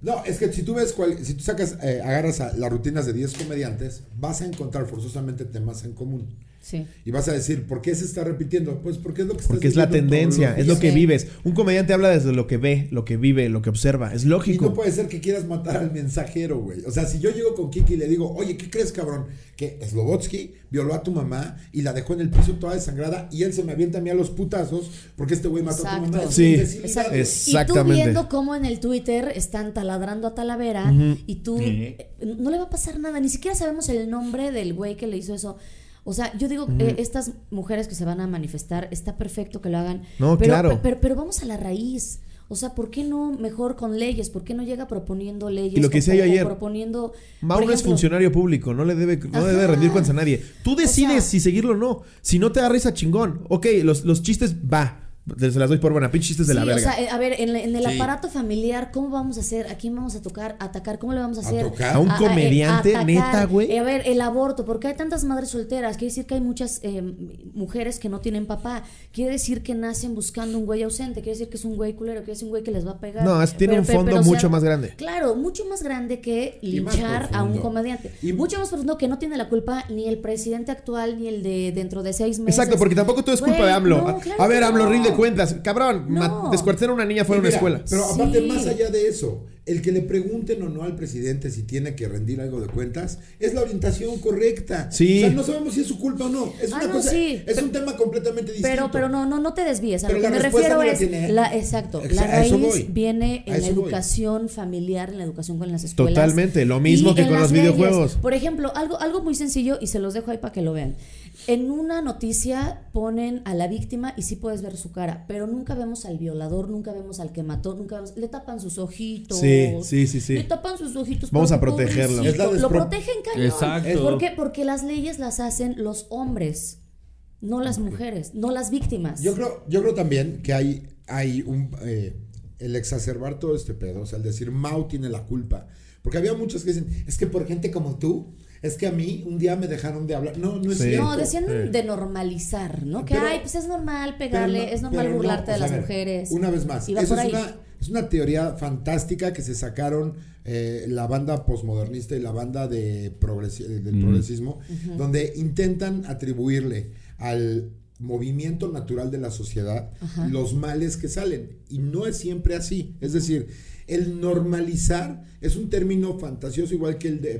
Speaker 3: No, es que si tú ves cual- si tú sacas, eh, agarras a las rutinas de 10 comediantes, vas a encontrar forzosamente temas en común.
Speaker 4: Sí.
Speaker 3: Y vas a decir, ¿por qué se está repitiendo? Pues porque es lo que estás
Speaker 6: Porque es la
Speaker 3: viviendo todos
Speaker 6: tendencia,
Speaker 3: los
Speaker 6: es lo
Speaker 3: días.
Speaker 6: que
Speaker 4: Sí.
Speaker 6: vives. Un comediante habla desde lo que ve, lo que vive, lo que observa. Es
Speaker 3: Y no
Speaker 6: lógico.
Speaker 3: puede ser que quieras matar al mensajero, güey. O sea, si yo llego con Kiki y le digo, oye, ¿qué crees, cabrón? Que Slobotsky violó a tu mamá y la dejó en el piso toda desangrada y él se me avienta a mí a los putazos porque este güey mató a tu
Speaker 4: Exacto.
Speaker 3: mamá. Es
Speaker 6: Sí.
Speaker 3: una imbecilidad,
Speaker 4: Exacto.
Speaker 3: güey.
Speaker 6: Es-
Speaker 4: Y tú
Speaker 6: Exactamente.
Speaker 4: viendo cómo en el Twitter están taladrando a Talavera y tú eh, no le va a pasar nada, ni siquiera sabemos el nombre del güey que le hizo eso. O sea, yo digo, eh, estas mujeres que se van a manifestar, está perfecto que lo hagan.
Speaker 6: No,
Speaker 4: pero,
Speaker 6: claro.
Speaker 4: pe- Pero, pero vamos a la raíz. O sea, ¿por qué no mejor con leyes? ¿Por qué no llega proponiendo leyes?
Speaker 6: Y lo que
Speaker 4: O-
Speaker 6: decía
Speaker 4: o
Speaker 6: yo ayer,
Speaker 4: Proponiendo.
Speaker 6: Mau
Speaker 4: por
Speaker 6: no es
Speaker 4: ejemplo,
Speaker 6: funcionario público, no le debe, no debe
Speaker 4: Ajá.
Speaker 6: rendir cuentas a nadie. Tú decides
Speaker 4: sea-
Speaker 6: si seguirlo o no. Si no te da risa, chingón. Ok, los, los chistes, va. Te- Se las doy por buena. Pinches chistes de la
Speaker 4: sí,
Speaker 6: verga.
Speaker 4: O sea, eh, a ver, en, la- en el
Speaker 7: Sí.
Speaker 4: aparato familiar, ¿cómo vamos a hacer? ¿A quién vamos a tocar? ¿Atacar? ¿Cómo le vamos a
Speaker 3: ¿A
Speaker 4: hacer?
Speaker 3: tocar?
Speaker 6: A un
Speaker 4: eh,
Speaker 6: comediante,
Speaker 4: atacar.
Speaker 6: neta, güey.
Speaker 4: Eh, a ver, el aborto, porque hay tantas madres solteras. Quiere decir que hay muchas eh, mujeres que no tienen papá. Quiere decir que nacen buscando un güey ausente. Quiere decir que es un güey culero. Quiere decir un güey que les va a pegar.
Speaker 6: No, es- tiene un fondo mucho más grande.
Speaker 4: Claro, mucho más grande que
Speaker 3: Y más
Speaker 4: linchar a un
Speaker 3: profundo.
Speaker 4: comediante.
Speaker 3: Y-
Speaker 4: mucho más profundo que no tiene la culpa ni el presidente actual ni el de dentro de seis meses.
Speaker 6: Exacto, porque tampoco todo es culpa
Speaker 4: Güey,
Speaker 6: de AMLO.
Speaker 4: no,
Speaker 6: A-
Speaker 4: claro
Speaker 6: a ver,
Speaker 4: que
Speaker 6: AMLO
Speaker 4: no.
Speaker 6: rinde cuentas. Cabrón,
Speaker 4: No.
Speaker 6: ma- descuartizar a una niña fuera de una
Speaker 3: Mira,
Speaker 6: escuela.
Speaker 3: Pero aparte,
Speaker 4: Sí.
Speaker 3: más allá de eso, el que le pregunten o no al presidente si tiene que rendir algo de cuentas es la orientación correcta.
Speaker 6: Sí.
Speaker 3: O sea, no sabemos si es su culpa o no. Es
Speaker 4: Ah,
Speaker 3: una
Speaker 4: no,
Speaker 3: cosa.
Speaker 4: sí.
Speaker 3: Es un tema completamente distinto.
Speaker 4: Pero, pero no, no, no te desvíes. A
Speaker 3: Pero
Speaker 4: lo que
Speaker 3: la
Speaker 4: me
Speaker 3: respuesta
Speaker 4: refiero
Speaker 3: no la
Speaker 4: es.
Speaker 3: tiene él.
Speaker 4: La, exacto. La
Speaker 3: Exa- a eso voy.
Speaker 4: raíz viene
Speaker 3: A
Speaker 4: en la
Speaker 3: eso voy.
Speaker 4: educación familiar, en la educación con las escuelas.
Speaker 6: Totalmente, lo mismo
Speaker 4: y
Speaker 6: que
Speaker 4: en
Speaker 6: con
Speaker 4: las
Speaker 6: los videojuegos.
Speaker 4: Por ejemplo, algo, algo muy sencillo, y se los dejo ahí para que lo vean. En una noticia ponen a la víctima y sí puedes ver su cara, pero nunca vemos al violador, nunca vemos al que mató, nunca vemos. Le tapan sus ojitos.
Speaker 6: Sí, sí, sí, sí.
Speaker 4: Le tapan sus ojitos.
Speaker 6: Vamos a
Speaker 4: porque
Speaker 6: protegerlo.
Speaker 4: pobrecito,
Speaker 3: Es la
Speaker 4: Lo
Speaker 3: despro-
Speaker 4: protegen cañón.
Speaker 7: Exacto.
Speaker 4: ¿Por qué? Porque las leyes las hacen los hombres. No las mujeres, no las víctimas.
Speaker 3: Yo creo, yo creo también que hay, hay un eh, el exacerbar todo este pedo, o sea, el decir Mao tiene la culpa. Porque había muchos que dicen, es que por gente como tú, es que a mí un día me dejaron de hablar. No, no es
Speaker 6: Sí.
Speaker 3: cierto.
Speaker 4: no, decían
Speaker 6: Sí.
Speaker 4: de normalizar, ¿no? Que,
Speaker 3: Pero-
Speaker 4: ay, pues es normal
Speaker 3: Pero
Speaker 4: pegarle,
Speaker 3: no-
Speaker 4: es normal
Speaker 3: pero no,
Speaker 4: burlarte
Speaker 3: o sea,
Speaker 4: de las
Speaker 3: a ver,
Speaker 4: mujeres.
Speaker 3: Una vez más,
Speaker 4: Y va
Speaker 3: eso
Speaker 4: por
Speaker 3: es
Speaker 4: ahí.
Speaker 3: una, es una teoría fantástica que se sacaron eh, la banda posmodernista y la banda de progresi- eh, del progresismo, donde intentan atribuirle al movimiento natural de la sociedad los males que salen. Y no es siempre así. Es decir, el normalizar es un término fantasioso igual que el de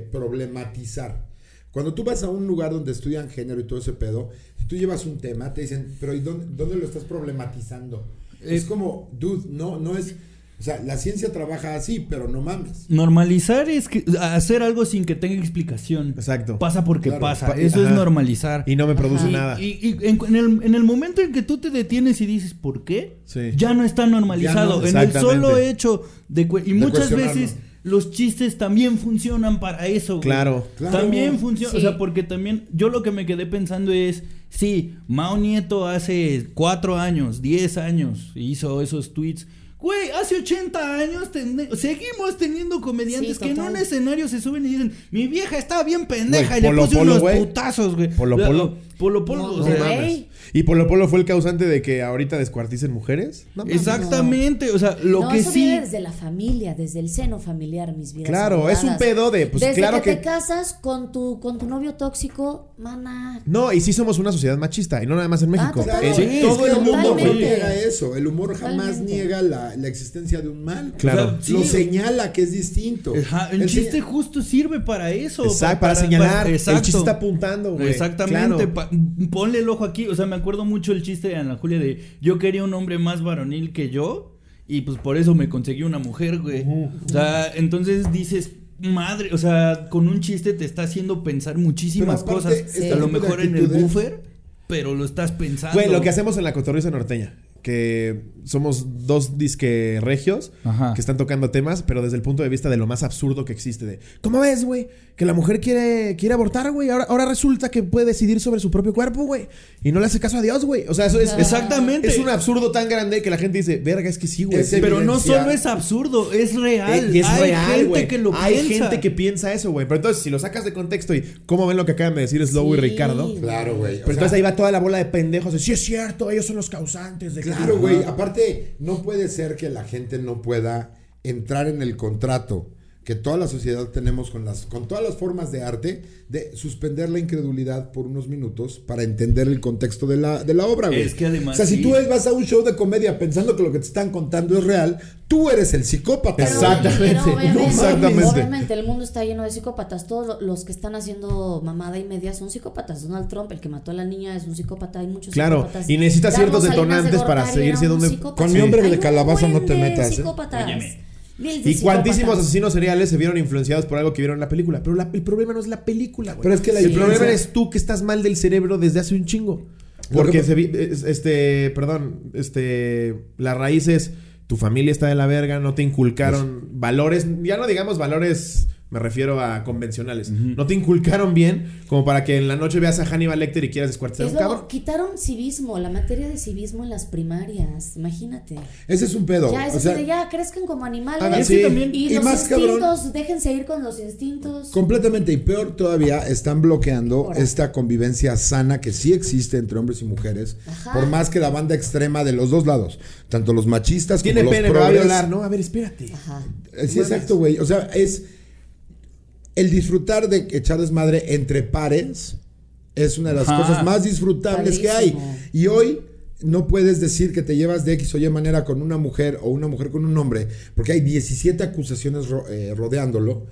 Speaker 3: problematizar. Cuando tú vas a un lugar donde estudian género y todo ese pedo, si tú llevas un tema, te dicen, pero ¿y dónde, dónde lo estás problematizando?
Speaker 6: Eh,
Speaker 3: es como, dude, no, no es. O sea, la ciencia trabaja así, pero no mames.
Speaker 7: Normalizar es que hacer algo sin que tenga explicación.
Speaker 6: Exacto.
Speaker 7: Pasa porque
Speaker 3: Claro.
Speaker 7: pasa.
Speaker 6: Pa-
Speaker 7: Eso
Speaker 6: ajá.
Speaker 7: es normalizar.
Speaker 6: y no me produce
Speaker 4: Ajá.
Speaker 7: Y-
Speaker 6: nada.
Speaker 7: Y, y en, en el, en el momento en que tú te detienes y dices, ¿por qué?
Speaker 6: Sí.
Speaker 7: Ya no está normalizado.
Speaker 6: Ya no,
Speaker 7: en el
Speaker 6: exactamente.
Speaker 7: solo hecho de... cu- Y muchas
Speaker 3: cuestionarlo.
Speaker 7: veces los chistes también funcionan para eso. güey.
Speaker 6: Claro.
Speaker 3: Claro.
Speaker 7: También funciona. O
Speaker 4: Sí.
Speaker 7: sea, porque también yo lo que me quedé pensando es, sí, Mao Nieto hace cuatro años, 10 años, hizo esos tweets. Güey, hace 80 años tende- seguimos teniendo comediantes
Speaker 4: Sí,
Speaker 7: que en un
Speaker 4: total.
Speaker 7: escenario se suben y dicen, mi vieja está bien pendeja
Speaker 6: Güey,
Speaker 7: y le
Speaker 6: Polo
Speaker 7: puse
Speaker 6: Polo,
Speaker 7: unos
Speaker 6: güey.
Speaker 7: putazos, güey.
Speaker 6: Polo
Speaker 7: La-
Speaker 6: Polo.
Speaker 7: Polo Polo, o
Speaker 4: No,
Speaker 7: sea,
Speaker 4: güey.
Speaker 6: Y Polo Polo fue el causante de que ahorita descuarticen mujeres. No mames.
Speaker 7: Exactamente, o sea, lo
Speaker 4: no,
Speaker 7: que
Speaker 4: eso
Speaker 7: sí.
Speaker 4: viene desde la familia, desde el seno familiar, mis vidas.
Speaker 6: Claro, es un
Speaker 4: adoradas.
Speaker 6: pedo de, pues,
Speaker 4: desde
Speaker 6: claro
Speaker 4: que
Speaker 6: que-
Speaker 4: te casas con tu con tu novio tóxico, mana.
Speaker 6: No, y sí somos una sociedad machista, y no nada más en México.
Speaker 4: total.
Speaker 6: En
Speaker 3: pues,
Speaker 4: Sí,
Speaker 6: todo
Speaker 3: es que
Speaker 6: el mundo,
Speaker 3: humor no
Speaker 4: totalmente.
Speaker 6: güey.
Speaker 3: niega eso. El humor jamás
Speaker 4: Totalmente.
Speaker 3: niega la, la existencia de un mal.
Speaker 6: Claro.
Speaker 7: O sea, sí,
Speaker 3: lo
Speaker 7: o-
Speaker 3: señala que es distinto.
Speaker 7: Ajá, el
Speaker 3: Él
Speaker 7: chiste
Speaker 3: señala-
Speaker 7: justo sirve para eso.
Speaker 6: Exacto, para señalar. El
Speaker 7: exacto.
Speaker 6: chiste está apuntando, güey.
Speaker 7: Exactamente.
Speaker 6: Claro.
Speaker 7: pa- ponle el ojo aquí. O sea, me acuerdo mucho el chiste de Ana Julia de yo quería un hombre más varonil que yo. Y pues por eso me conseguí una mujer, güey. O sea, entonces dices, madre, o sea, con un chiste te está haciendo pensar muchísimas
Speaker 3: Pero aparte,
Speaker 7: cosas.
Speaker 3: este
Speaker 7: A lo
Speaker 3: tipo de
Speaker 7: mejor en el
Speaker 3: actitudes-
Speaker 7: buffer, pero lo estás pensando.
Speaker 6: Güey, lo que hacemos en la cotorriza norteña. que somos dos disque regios
Speaker 7: Ajá.
Speaker 6: que están tocando temas, pero desde el punto de vista de lo más absurdo que existe. De, ¿Cómo ves, güey? Que la mujer quiere, quiere abortar, güey. Ahora, ahora resulta que puede decidir sobre su propio cuerpo, güey. Y no le hace caso a Dios, güey. O sea, eso es...
Speaker 7: Exactamente.
Speaker 6: Es un absurdo tan grande que la gente dice, verga, es que sí, güey.
Speaker 3: Es
Speaker 6: Sí,
Speaker 7: Pero no
Speaker 3: evidencia.
Speaker 7: solo es absurdo, Eh, es real.
Speaker 6: y es
Speaker 7: Hay
Speaker 6: real,
Speaker 7: gente
Speaker 6: güey.
Speaker 7: que lo
Speaker 6: Hay
Speaker 7: piensa.
Speaker 6: gente que piensa eso, güey. Pero entonces, si lo sacas de contexto y cómo ven lo que acaban de decir Slow y
Speaker 4: Sí.
Speaker 6: Ricardo.
Speaker 3: Claro, güey.
Speaker 6: Pero entonces ahí va toda la bola de pendejos. de, Sí, es cierto, ellos son los causantes de que-".
Speaker 3: Claro, güey. Aparte, no puede ser que la gente no pueda entrar en el contrato que toda la sociedad tenemos con, las, con todas las formas de arte de suspender la incredulidad por unos minutos para entender el contexto de la, de la obra, güey.
Speaker 7: Es que además
Speaker 3: O sea, si
Speaker 7: sí.
Speaker 3: tú vas a un show de comedia pensando que lo que te están contando es real, tú eres el psicópata. güey.
Speaker 6: Exactamente.
Speaker 4: Pero obviamente,
Speaker 6: No Exactamente.
Speaker 4: obviamente, el mundo está lleno de psicópatas. Todos lo- los que están haciendo mamada y media son psicópatas. Donald Trump, el que mató a la niña, es un psicópata. Hay muchos
Speaker 6: Claro,
Speaker 4: psicópatas.
Speaker 6: y necesita ciertos
Speaker 4: Salinas de
Speaker 6: detonantes para
Speaker 4: Gortari
Speaker 6: seguir
Speaker 4: era
Speaker 6: siendo
Speaker 4: un
Speaker 6: un-
Speaker 4: psicópata.
Speaker 3: con mi hombre
Speaker 4: Hay
Speaker 3: de
Speaker 4: un
Speaker 3: calabaza no te
Speaker 4: buen de
Speaker 3: metas, ¿eh?
Speaker 4: psicópatas.
Speaker 7: Óyeme.
Speaker 4: Miles de
Speaker 6: Y cuantísimos
Speaker 4: psicópatas.
Speaker 6: asesinos seriales se vieron influenciados por algo que vieron en la película. Pero la- el problema no es la película, güey.
Speaker 3: Pero es que la
Speaker 6: El
Speaker 3: diferencia-
Speaker 6: problema eres tú que estás mal del cerebro desde hace un chingo.
Speaker 3: Lo
Speaker 6: Porque
Speaker 3: que-
Speaker 6: se vi- es- este, perdón, este, la raíz es tu familia está de la verga, no te inculcaron valores, ya no digamos valores, me refiero a convencionales. No te inculcaron bien como para que en la noche veas a Hannibal Lecter y quieras descuartizar a
Speaker 4: Es
Speaker 6: un
Speaker 4: lo-
Speaker 6: cabrón.
Speaker 4: quitaron civismo, la materia de civismo en las primarias. Imagínate.
Speaker 3: Ese es un pedo.
Speaker 4: Ya, es
Speaker 3: o sea,
Speaker 4: así de ya crezcan como animales.
Speaker 6: Ah,
Speaker 7: Es que
Speaker 6: sí.
Speaker 7: también-
Speaker 4: Y,
Speaker 3: Y
Speaker 4: los
Speaker 3: más cabrón-
Speaker 4: instintos, déjense ir con los instintos.
Speaker 3: Completamente y peor todavía están bloqueando
Speaker 4: Ahora.
Speaker 3: esta convivencia sana que sí existe entre hombres y mujeres,
Speaker 4: Ajá.
Speaker 3: por más que la banda extrema de los dos lados, tanto los machistas
Speaker 6: Tiene
Speaker 3: como los
Speaker 6: pene, me va a
Speaker 3: progres-
Speaker 6: violar, ¿no? A ver, espérate.
Speaker 4: Ajá.
Speaker 3: Eh, Sí, exacto, güey. O sea, es el disfrutar de echar desmadre entre pares es una de las
Speaker 7: Ajá.
Speaker 3: cosas más disfrutables que hay.
Speaker 4: Padrísimo.
Speaker 3: Y hoy no puedes decir que te llevas de X o Y manera con una mujer o una mujer con un hombre, porque hay 17 acusaciones ro- eh, rodeándolo,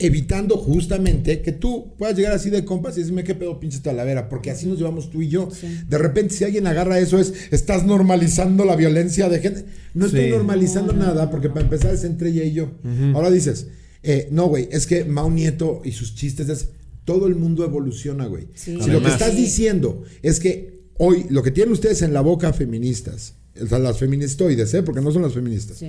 Speaker 3: evitando justamente que tú puedas llegar así de compas y decirme qué pedo pinche talavera, porque así nos llevamos tú y yo. De repente si alguien agarra eso es, estás normalizando la violencia de gente. No estoy
Speaker 6: Sí.
Speaker 3: normalizando nada, porque para empezar es entre ella y yo. Ahora dices, eh, no, güey, es que Mao Nieto y sus chistes es... Todo el mundo evoluciona, güey.
Speaker 4: Sí.
Speaker 3: Si lo que
Speaker 6: Además.
Speaker 3: estás
Speaker 4: Sí.
Speaker 3: diciendo es que hoy lo que tienen ustedes en la boca feministas, o sea, las feministoides, ¿eh? porque no son las feministas,
Speaker 4: Sí.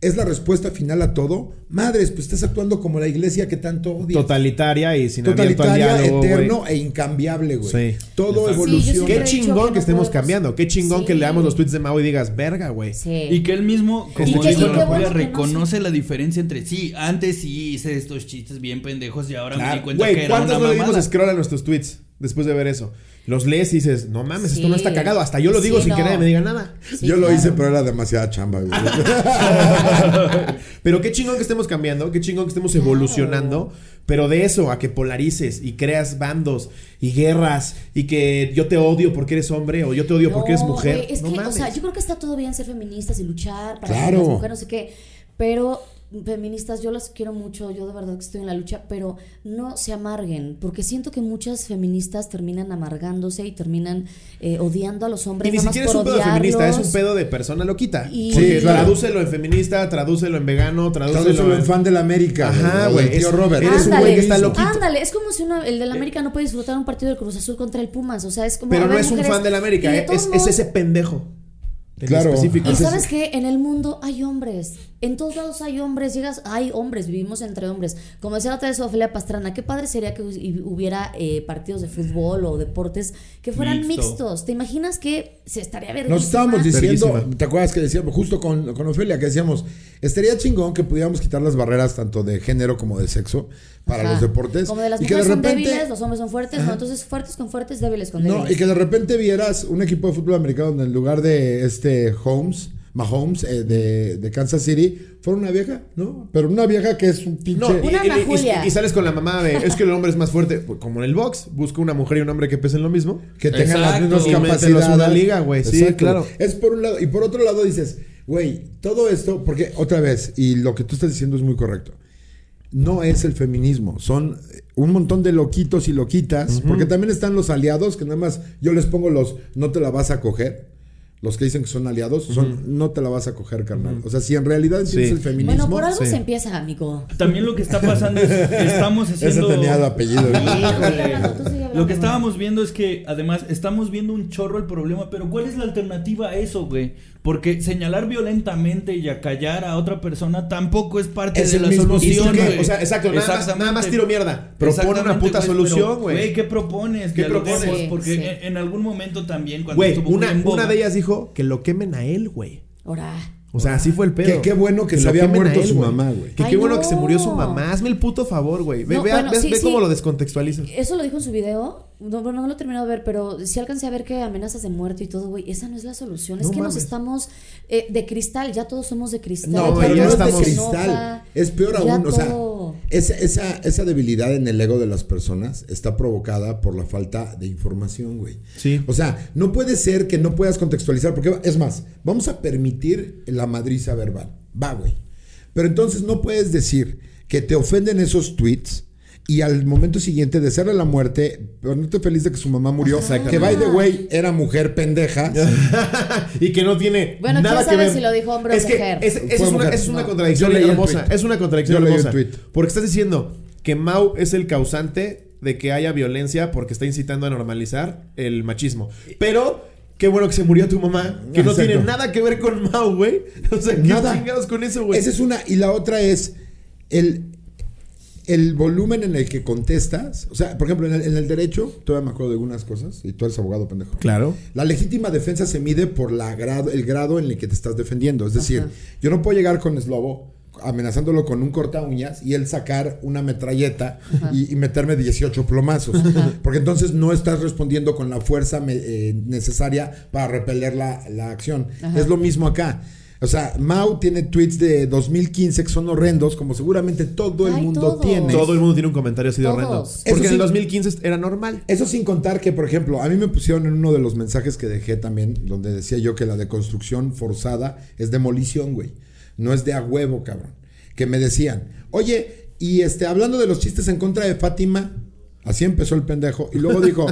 Speaker 3: es la respuesta final a todo. Madres, pues estás actuando como la iglesia que tanto odia.
Speaker 6: Totalitaria y sin abierto al
Speaker 3: Totalitaria,
Speaker 6: diálogo, güey.
Speaker 3: eterno e incambiable, güey.
Speaker 6: Sí.
Speaker 3: Todo
Speaker 4: Sí, yo
Speaker 3: evoluciona.
Speaker 4: siempre
Speaker 6: Qué
Speaker 4: he dicho
Speaker 6: chingón que,
Speaker 4: que no
Speaker 6: estemos
Speaker 4: podemos-
Speaker 6: cambiando. Qué chingón que
Speaker 4: Sí.
Speaker 6: leamos los tweets de Mao y digas, verga, güey.
Speaker 4: Sí.
Speaker 7: Y que él mismo,
Speaker 4: que-
Speaker 7: como dijo
Speaker 4: y qué
Speaker 7: Ana
Speaker 4: bueno que no
Speaker 7: Julia,
Speaker 4: se-
Speaker 7: reconoce la diferencia entre sí. Antes sí hice estos chistes bien pendejos y ahora me di
Speaker 6: Claro.
Speaker 7: cuenta que
Speaker 6: Güey,
Speaker 7: era una
Speaker 6: ¿cuántos no le dimos
Speaker 7: mamada.
Speaker 6: scroll a nuestros tweets después de ver eso? Los lees y dices, no mames, esto no
Speaker 4: Sí.
Speaker 6: está cagado. Hasta yo lo digo
Speaker 4: Sí,
Speaker 6: sin que
Speaker 4: no.
Speaker 6: nadie me diga nada. *laughs*
Speaker 4: Sí,
Speaker 3: yo lo
Speaker 4: claro.
Speaker 3: hice, pero era demasiada chamba, güey. *laughs*
Speaker 6: Pero qué chingón que estemos cambiando, qué chingón que estemos evolucionando. Pero de eso, a que polarices y creas bandos y guerras y que yo te odio porque eres hombre o yo te odio porque eres
Speaker 4: No,
Speaker 6: mujer.
Speaker 4: güey, es
Speaker 6: no
Speaker 4: que,
Speaker 6: mames.
Speaker 4: o sea, yo creo que está todo bien ser feministas y luchar para
Speaker 3: Claro.
Speaker 4: las mujeres, no sé qué. Pero, feministas, yo las quiero mucho, yo de verdad que estoy en la lucha, pero no se amarguen, porque siento que muchas feministas terminan amargándose y terminan eh, odiando a los hombres.
Speaker 6: Y ni
Speaker 4: nada más
Speaker 6: siquiera es
Speaker 4: por
Speaker 6: un pedo de feminista, es un
Speaker 4: odiarlos.
Speaker 6: pedo de persona loquita.
Speaker 4: Y-
Speaker 6: Porque
Speaker 3: Sí, claro.
Speaker 6: tradúcelo en feminista, tradúcelo en vegano, tradúcelo,
Speaker 3: Tradúcelo
Speaker 6: en
Speaker 3: en fan de la América.
Speaker 6: Ajá,
Speaker 3: o
Speaker 6: güey,
Speaker 3: del Tío
Speaker 6: es-
Speaker 3: Robert.
Speaker 6: eres un
Speaker 4: Ándale,
Speaker 6: güey que está
Speaker 4: ándale,
Speaker 6: loquito.
Speaker 4: Ándale, es como si una- el del América no puede disfrutar un partido del Cruz Azul contra el Pumas. O sea, es como. a
Speaker 6: Pero no
Speaker 4: ver,
Speaker 6: es un
Speaker 4: mujeres,
Speaker 6: fan del
Speaker 4: y
Speaker 6: América,
Speaker 4: de
Speaker 6: eh,
Speaker 4: todos
Speaker 6: es, es
Speaker 4: modos-
Speaker 6: ese pendejo. En
Speaker 3: Claro.
Speaker 6: específico.
Speaker 4: Y
Speaker 3: Entonces-
Speaker 4: sabes que en el mundo hay hombres, en todos lados hay hombres, llegas, hay hombres, vivimos entre hombres. Como decía la otra vez Ofelia Pastrana, qué padre sería que hu- hubiera eh, partidos de fútbol o deportes que fueran
Speaker 7: Mixto.
Speaker 4: mixtos. ¿Te imaginas que se estaría vergüenza?
Speaker 3: Nos estábamos diciendo,
Speaker 6: Verguísima.
Speaker 3: ¿te acuerdas que decíamos, justo con, con Ofelia, que decíamos, estaría chingón que pudiéramos quitar las barreras tanto de género como de sexo para los deportes?
Speaker 4: Como de las
Speaker 3: y que de
Speaker 4: mujeres son
Speaker 3: repente,
Speaker 4: débiles, los hombres son fuertes, ¿no? Entonces fuertes con fuertes, débiles con débiles.
Speaker 3: no, y que de repente vieras un equipo de fútbol americano donde en lugar de este Holmes, Mahomes eh, de, de Kansas City, fuera una vieja, ¿no? Pero una vieja que es un pinche.
Speaker 6: No, y,
Speaker 4: Una
Speaker 6: y-
Speaker 4: Ana
Speaker 6: y-
Speaker 4: Julia.
Speaker 6: y sales con la mamá de es que el hombre es más fuerte. Pues, Como en el box, busca una mujer y un hombre que pesen lo mismo.
Speaker 3: que tengan las
Speaker 7: Exacto.
Speaker 3: mismas
Speaker 7: Y
Speaker 6: mételos
Speaker 3: capacidades.
Speaker 6: a una liga, güey. Sí,
Speaker 3: Exacto.
Speaker 6: claro.
Speaker 3: Es por un lado. Y por otro lado dices, güey, todo esto, porque otra vez, y lo que tú estás diciendo es muy correcto. No es el feminismo, son eh, un montón de loquitos y loquitas, porque también están los aliados, que nada más yo les pongo los no te la vas a coger. los que dicen que son aliados, son no te la vas a coger, carnal. O sea, si en realidad entiendes
Speaker 6: Sí.
Speaker 3: el feminismo.
Speaker 4: Bueno, por algo
Speaker 6: sí.
Speaker 4: se empieza, amigo.
Speaker 7: También lo que está pasando es que estamos
Speaker 3: Ese
Speaker 7: haciendo.
Speaker 3: tenía el apellido.
Speaker 7: Híjole.
Speaker 4: hablando, tú sigue hablando,
Speaker 7: Lo que
Speaker 4: güey.
Speaker 7: estábamos viendo es que además estamos viendo un chorro el problema, pero ¿cuál es la alternativa a eso, güey? Porque señalar violentamente y acallar a otra persona tampoco es parte
Speaker 6: Es
Speaker 7: de
Speaker 6: el
Speaker 7: la
Speaker 6: mismo-
Speaker 7: solución,
Speaker 6: ¿Y qué?
Speaker 7: güey.
Speaker 6: O sea, exacto, nada más-
Speaker 7: Exactamente.
Speaker 6: nada más tiro mierda. Propone una
Speaker 7: Exactamente,
Speaker 6: puta
Speaker 7: güey,
Speaker 6: solución,
Speaker 7: pero,
Speaker 6: güey.
Speaker 7: ¿qué propones?
Speaker 6: ¿Qué
Speaker 7: ¿Qué propones?
Speaker 4: propones?
Speaker 7: Porque
Speaker 4: Sí, sí.
Speaker 7: En, en algún momento también cuando
Speaker 6: Güey,
Speaker 7: estuvo
Speaker 6: una,
Speaker 7: muy en boga-
Speaker 6: una de ellas dijo que lo quemen a él, güey.
Speaker 4: Ahora.
Speaker 6: O sea, así fue el pedo.
Speaker 3: Que qué bueno que se
Speaker 6: lo
Speaker 3: había
Speaker 6: quemen a
Speaker 3: muerto su mamá, güey.
Speaker 6: Que
Speaker 4: Ay,
Speaker 6: qué bueno que
Speaker 4: no.
Speaker 6: se murió su mamá. Hazme el puto favor, güey. Ve,
Speaker 4: No,
Speaker 6: ve-
Speaker 4: bueno,
Speaker 6: ve-
Speaker 4: sí,
Speaker 6: ve
Speaker 4: sí.
Speaker 6: cómo lo descontextualizas.
Speaker 4: Eso lo dijo en su video. No, bueno, no lo he terminado de ver, pero sí alcancé a ver que amenazas de muerte y todo, güey. Esa no es la solución. es
Speaker 6: No
Speaker 4: que nos
Speaker 6: mames.
Speaker 4: estamos eh, de cristal. Ya todos somos de cristal.
Speaker 6: No,
Speaker 4: Ya
Speaker 6: güey,
Speaker 3: pero
Speaker 6: ya
Speaker 3: no
Speaker 4: todo
Speaker 3: es de
Speaker 6: estamos-
Speaker 4: se
Speaker 3: cristal.
Speaker 4: enoja,
Speaker 3: Es peor
Speaker 4: ya
Speaker 3: aún. O sea,
Speaker 4: todo.
Speaker 3: esa, esa, esa debilidad en el ego de las personas está provocada por la falta de información, güey.
Speaker 6: Sí.
Speaker 3: O sea, no puede ser que no puedas contextualizar, porque es más, vamos a permitir la madriza verbal. Va, güey. Pero entonces no puedes decir que te ofenden esos tweets. Y al momento siguiente de serle la muerte, ponerte feliz de que su mamá murió, que by the way era mujer pendeja.
Speaker 6: y que no tiene
Speaker 4: Bueno, quién
Speaker 6: nada que
Speaker 4: sabe
Speaker 6: ver.
Speaker 4: si lo dijo hombre o
Speaker 6: Es que
Speaker 4: mujer.
Speaker 6: es- esa
Speaker 3: Fue
Speaker 6: es, una,
Speaker 3: mujer.
Speaker 6: esa es una
Speaker 4: No.
Speaker 6: contradicción
Speaker 3: Yo leí el
Speaker 6: hermosa.
Speaker 3: tweet.
Speaker 6: Es una contradicción
Speaker 3: Yo leí el
Speaker 6: hermosa.
Speaker 3: tweet.
Speaker 6: Porque estás diciendo que Mau es el causante de que haya violencia porque está incitando a normalizar el machismo. Pero qué bueno que se murió tu mamá, que no
Speaker 3: Exacto.
Speaker 6: tiene nada que ver con Mau, güey. *laughs* O sea, qué
Speaker 3: Nada.
Speaker 6: chingados con eso, güey.
Speaker 3: Esa es una. Y la otra es el, el volumen en el que contestas. O sea, por ejemplo, en el, en el derecho, todavía me acuerdo de algunas cosas, y tú eres abogado, pendejo.
Speaker 6: Claro.
Speaker 3: La legítima defensa se mide por la grado, el grado en el que te estás defendiendo. Es decir,
Speaker 4: Ajá.
Speaker 3: yo no puedo llegar con Slobo amenazándolo con un corta uñas y él sacar una metralleta y, y meterme 18 plomazos. Porque entonces no estás respondiendo con la fuerza me- eh, necesaria para repeler la, la acción. Es lo mismo acá. O sea, Mau tiene tweets de 2015 que son horrendos, como seguramente todo el
Speaker 4: Ay,
Speaker 3: mundo
Speaker 4: todos.
Speaker 3: tiene.
Speaker 6: Todo el mundo tiene un comentario así de
Speaker 4: Todos.
Speaker 6: horrendo.
Speaker 4: Eso
Speaker 6: Porque
Speaker 3: sí.
Speaker 6: en el 2015 era normal.
Speaker 3: Eso sin contar que, por ejemplo, a mí me pusieron en uno de los mensajes que dejé también, donde decía yo que la deconstrucción forzada es demolición, güey. No es de a huevo, cabrón. Que me decían, oye, y este, hablando de los chistes en contra de Fátima, así empezó el pendejo, y luego
Speaker 6: *laughs*
Speaker 3: dijo,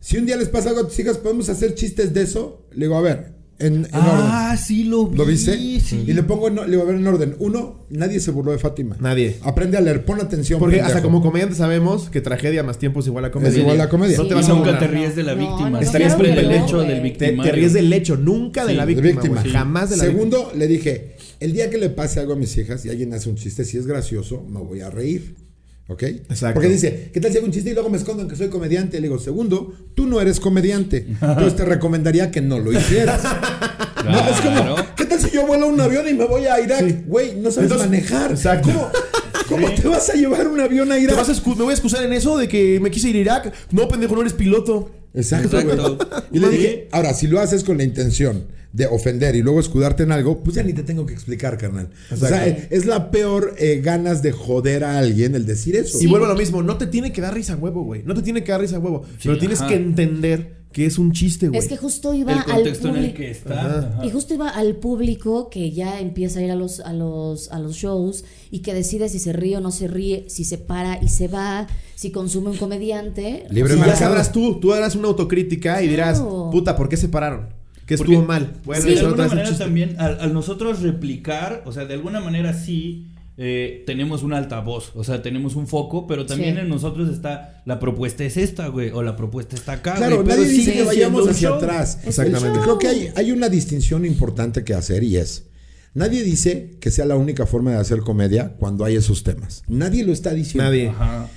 Speaker 3: si un día les pasa algo a tus hijas, ¿podemos hacer chistes de eso? Le digo, a ver, en, en orden.
Speaker 7: Ah, sí lo vi.
Speaker 3: ¿Lo viste?
Speaker 7: sí.
Speaker 3: Y le pongo, en- le digo, a ver, en orden. Uno, nadie se burló de Fátima.
Speaker 6: Nadie.
Speaker 3: Aprende a leer, pon atención.
Speaker 6: Porque
Speaker 3: pendejo.
Speaker 6: hasta como comediante sabemos que tragedia más tiempo es igual a comedia.
Speaker 3: Es igual a comedia.
Speaker 6: No
Speaker 4: Sí,
Speaker 6: te
Speaker 7: Y
Speaker 6: vas a
Speaker 7: nunca
Speaker 6: burlar.
Speaker 7: te ríes de la
Speaker 4: No,
Speaker 7: víctima.
Speaker 4: no,
Speaker 6: no,
Speaker 7: Siempre
Speaker 6: claro que
Speaker 7: del
Speaker 6: no,
Speaker 7: hecho
Speaker 4: güey.
Speaker 7: del
Speaker 4: Te-
Speaker 6: Te,
Speaker 7: victimario.
Speaker 6: te ríes del hecho, nunca de la
Speaker 3: de
Speaker 6: víctima.
Speaker 3: víctima.
Speaker 6: güey.
Speaker 3: Sí.
Speaker 6: Jamás de la
Speaker 3: Segundo, le dije, el día que le pase algo a mis hijas y alguien hace un chiste, si es gracioso, me voy a reír. ¿Ok?
Speaker 6: Exacto.
Speaker 3: Porque dice, ¿qué tal si hago un chiste y luego me esconden que soy comediante? Le digo, segundo, tú no eres comediante.
Speaker 6: *laughs*
Speaker 3: Entonces te recomendaría que no lo hicieras. No, es como,
Speaker 7: Claro.
Speaker 3: ¿qué tal si yo vuelo un avión y me voy a Irak? Güey, no sabes
Speaker 6: Entonces,
Speaker 3: manejar.
Speaker 6: exacto.
Speaker 3: ¿Cómo, cómo te vas a llevar un avión a
Speaker 6: víctima. ¿Te
Speaker 3: Irak?
Speaker 6: vas a excu- ¿Me voy a excusar en eso de que me quise ir a Irak? No, pendejo, no eres piloto.
Speaker 3: Exacto, güey.
Speaker 7: Exacto.
Speaker 3: Y le
Speaker 7: Sí.
Speaker 3: dije, ahora, si lo haces con la intención de ofender y luego escudarte en algo, pues ya ni te tengo que explicar, carnal. O sea, es, es la peor eh, ganas de joder a alguien el decir eso.
Speaker 6: Y vuelvo a lo mismo, no te tiene que dar risa huevo, güey. No te tiene que dar risa huevo. pero tienes
Speaker 7: ajá.
Speaker 6: que entender que es un chiste, güey.
Speaker 4: Es que justo iba
Speaker 7: El
Speaker 4: al
Speaker 7: contexto en el
Speaker 4: público-
Speaker 7: que está. ajá.
Speaker 4: Y justo iba al público que ya empieza a ir a los, a los, a los shows y que decide si se ríe o no se ríe, si se para y se va, si consume un comediante.
Speaker 3: Libre
Speaker 6: Y ya
Speaker 3: mercado.
Speaker 6: sabrás tú, tú harás una autocrítica y dirás,
Speaker 4: Claro.
Speaker 6: puta, ¿por qué se pararon? ¿Qué
Speaker 7: Porque-
Speaker 6: estuvo mal? Bueno,
Speaker 7: Sí, de
Speaker 6: eso
Speaker 7: alguna
Speaker 6: otra vez un
Speaker 7: manera
Speaker 6: chiste.
Speaker 7: también, al, al nosotros replicar, o sea, de alguna manera sí eh, tenemos un altavoz, o sea, tenemos un foco, pero también
Speaker 4: Sí.
Speaker 7: en nosotros está la propuesta es esta, güey, o la propuesta está acá.
Speaker 3: Claro,
Speaker 7: güey, pero
Speaker 3: nadie dice
Speaker 7: sigue
Speaker 3: que vayamos
Speaker 7: siendo un
Speaker 3: hacia
Speaker 7: show.
Speaker 3: atrás.
Speaker 4: Es un
Speaker 6: Exactamente.
Speaker 3: Creo
Speaker 4: show.
Speaker 3: que hay, hay una distinción importante que hacer y es, nadie dice que sea la única forma de hacer comedia cuando hay esos temas. Nadie lo está diciendo.
Speaker 6: Nadie.
Speaker 7: Ajá.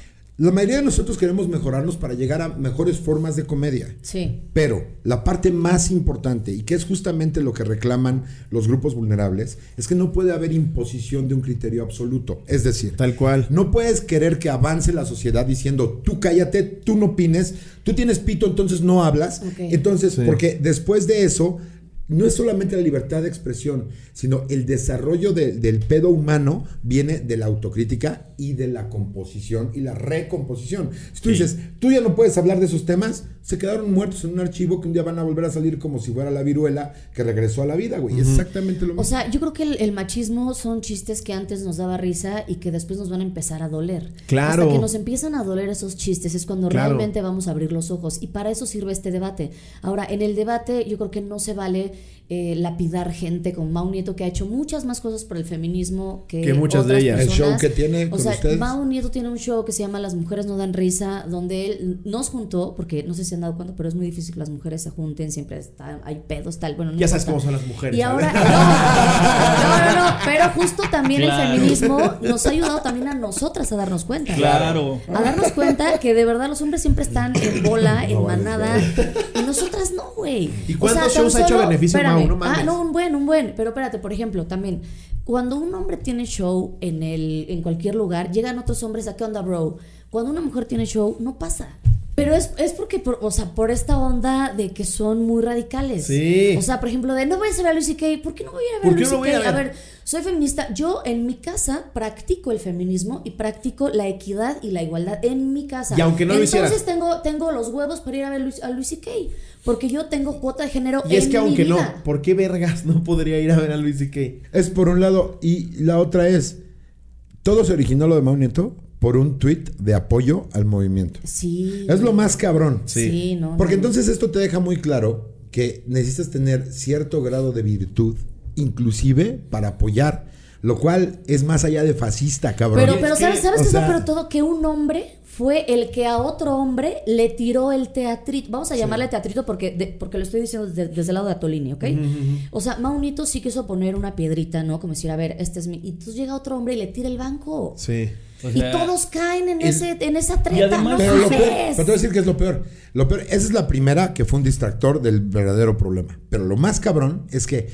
Speaker 3: La mayoría de nosotros queremos mejorarnos para llegar a mejores formas de comedia.
Speaker 4: Sí.
Speaker 3: Pero la parte más importante, y que es justamente lo que reclaman los grupos vulnerables, es que no puede haber imposición de un criterio absoluto. Es decir,
Speaker 6: Tal cual.
Speaker 3: no puedes querer que avance la sociedad diciendo, tú cállate, tú no opines, tú tienes pito, entonces no hablas.
Speaker 4: Ok.
Speaker 3: Entonces,
Speaker 6: Sí.
Speaker 3: porque después de eso, no es solamente la libertad de expresión, sino el desarrollo de- del pedo humano viene de la autocrítica y de la composición y la recomposición. Si tú
Speaker 7: Sí.
Speaker 3: dices, tú ya no puedes hablar de esos temas, se quedaron muertos en un archivo que un día van a volver a salir como si fuera la viruela que regresó a la vida, güey. Exactamente lo mismo.
Speaker 4: O sea, yo creo que el, el machismo son chistes que antes nos daba risa y que después nos van a empezar a doler.
Speaker 6: Claro.
Speaker 4: Hasta que nos empiezan a doler esos chistes es cuando
Speaker 6: Claro.
Speaker 4: realmente vamos a abrir los ojos. Y para eso sirve este debate. Ahora, en el debate yo creo que no se vale eh, lapidar gente como Mau Nieto, que ha hecho muchas más cosas por el feminismo que,
Speaker 6: Que muchas de
Speaker 4: otras
Speaker 6: ellas.
Speaker 3: El show
Speaker 4: personas.
Speaker 3: que tiene
Speaker 4: O
Speaker 3: con
Speaker 4: sea,
Speaker 3: ustedes.
Speaker 4: Mau Nieto tiene un show que se llama Las mujeres no dan risa, donde él nos juntó, porque no sé si han dado cuenta, pero es muy difícil que las mujeres se junten, siempre está- hay pedos, tal. Bueno, no
Speaker 6: Ya sabes
Speaker 4: importa.
Speaker 6: cómo son las mujeres.
Speaker 4: Y
Speaker 6: ¿sabes?
Speaker 4: ahora,
Speaker 6: *laughs*
Speaker 4: no, no, no, no, pero justo también
Speaker 7: Claro.
Speaker 4: el feminismo nos ha ayudado también a nosotras a darnos cuenta.
Speaker 7: Claro.
Speaker 4: A darnos cuenta que de verdad los hombres siempre están en bola, en manada, y nosotras no, güey.
Speaker 6: ¿Y cuántos
Speaker 4: tan
Speaker 6: shows ha hecho beneficio,
Speaker 4: espérame,
Speaker 6: Mau? No mames.
Speaker 4: Ah, no, un buen, un buen. Pero espérate, por ejemplo, también, cuando un hombre tiene show en, el, en cualquier lugar, llegan otros hombres a qué onda, bro. Cuando una mujer tiene show, no pasa. Pero es, es porque, por, o sea, por esta onda de que son muy radicales.
Speaker 6: Sí.
Speaker 4: O sea, por ejemplo, de no voy a ver a Luis C.K. ¿Por qué no voy a ir a ver
Speaker 6: ¿Por
Speaker 4: a
Speaker 6: qué
Speaker 4: Luis
Speaker 6: no voy a
Speaker 4: CK? A
Speaker 6: ver?
Speaker 4: ver, soy feminista. Yo en mi casa practico el feminismo y practico la equidad y la igualdad en mi casa.
Speaker 6: Y aunque no lo
Speaker 4: Entonces
Speaker 6: hicieras.
Speaker 4: tengo, tengo los huevos para ir a ver Luis- a Luis C.K. Porque yo tengo cuota de género
Speaker 6: Y es
Speaker 4: en
Speaker 6: que
Speaker 4: mi
Speaker 6: aunque no,
Speaker 4: vida.
Speaker 6: ¿por qué vergas no podría ir a ver a Luis y
Speaker 3: Es por un lado, y la otra es, todo se originó lo de Mau Nieto por un tweet de apoyo al movimiento.
Speaker 4: Sí.
Speaker 3: Es lo más cabrón.
Speaker 4: Sí. Sí, no,
Speaker 3: Porque
Speaker 4: no.
Speaker 3: entonces esto te deja muy claro que necesitas tener cierto grado de virtud, inclusive para apoyar, lo cual es más allá de fascista, cabrón.
Speaker 4: Pero, pero ¿sabes, sabes
Speaker 3: o
Speaker 4: qué es lo
Speaker 3: sea-
Speaker 4: peor de todo? Que un hombre fue el que a otro hombre le tiró el teatrito. Vamos a llamarle teatrito porque, de- porque lo estoy diciendo desde, desde el lado de Atolini, ¿ok? O sea, Maunito sí quiso poner una piedrita, ¿no? Como decir, a ver, este es mi... Y entonces llega otro hombre y le tira el banco.
Speaker 6: Sí.
Speaker 7: O
Speaker 4: y
Speaker 7: sea,
Speaker 4: todos caen en,
Speaker 7: el-
Speaker 4: ese, en esa treta.
Speaker 7: además-
Speaker 4: no
Speaker 3: Pero lo peor,
Speaker 4: mames.
Speaker 3: pero te voy a decir que es lo peor. Lo peor, esa es la primera que fue un distractor del verdadero problema. Pero lo más cabrón es que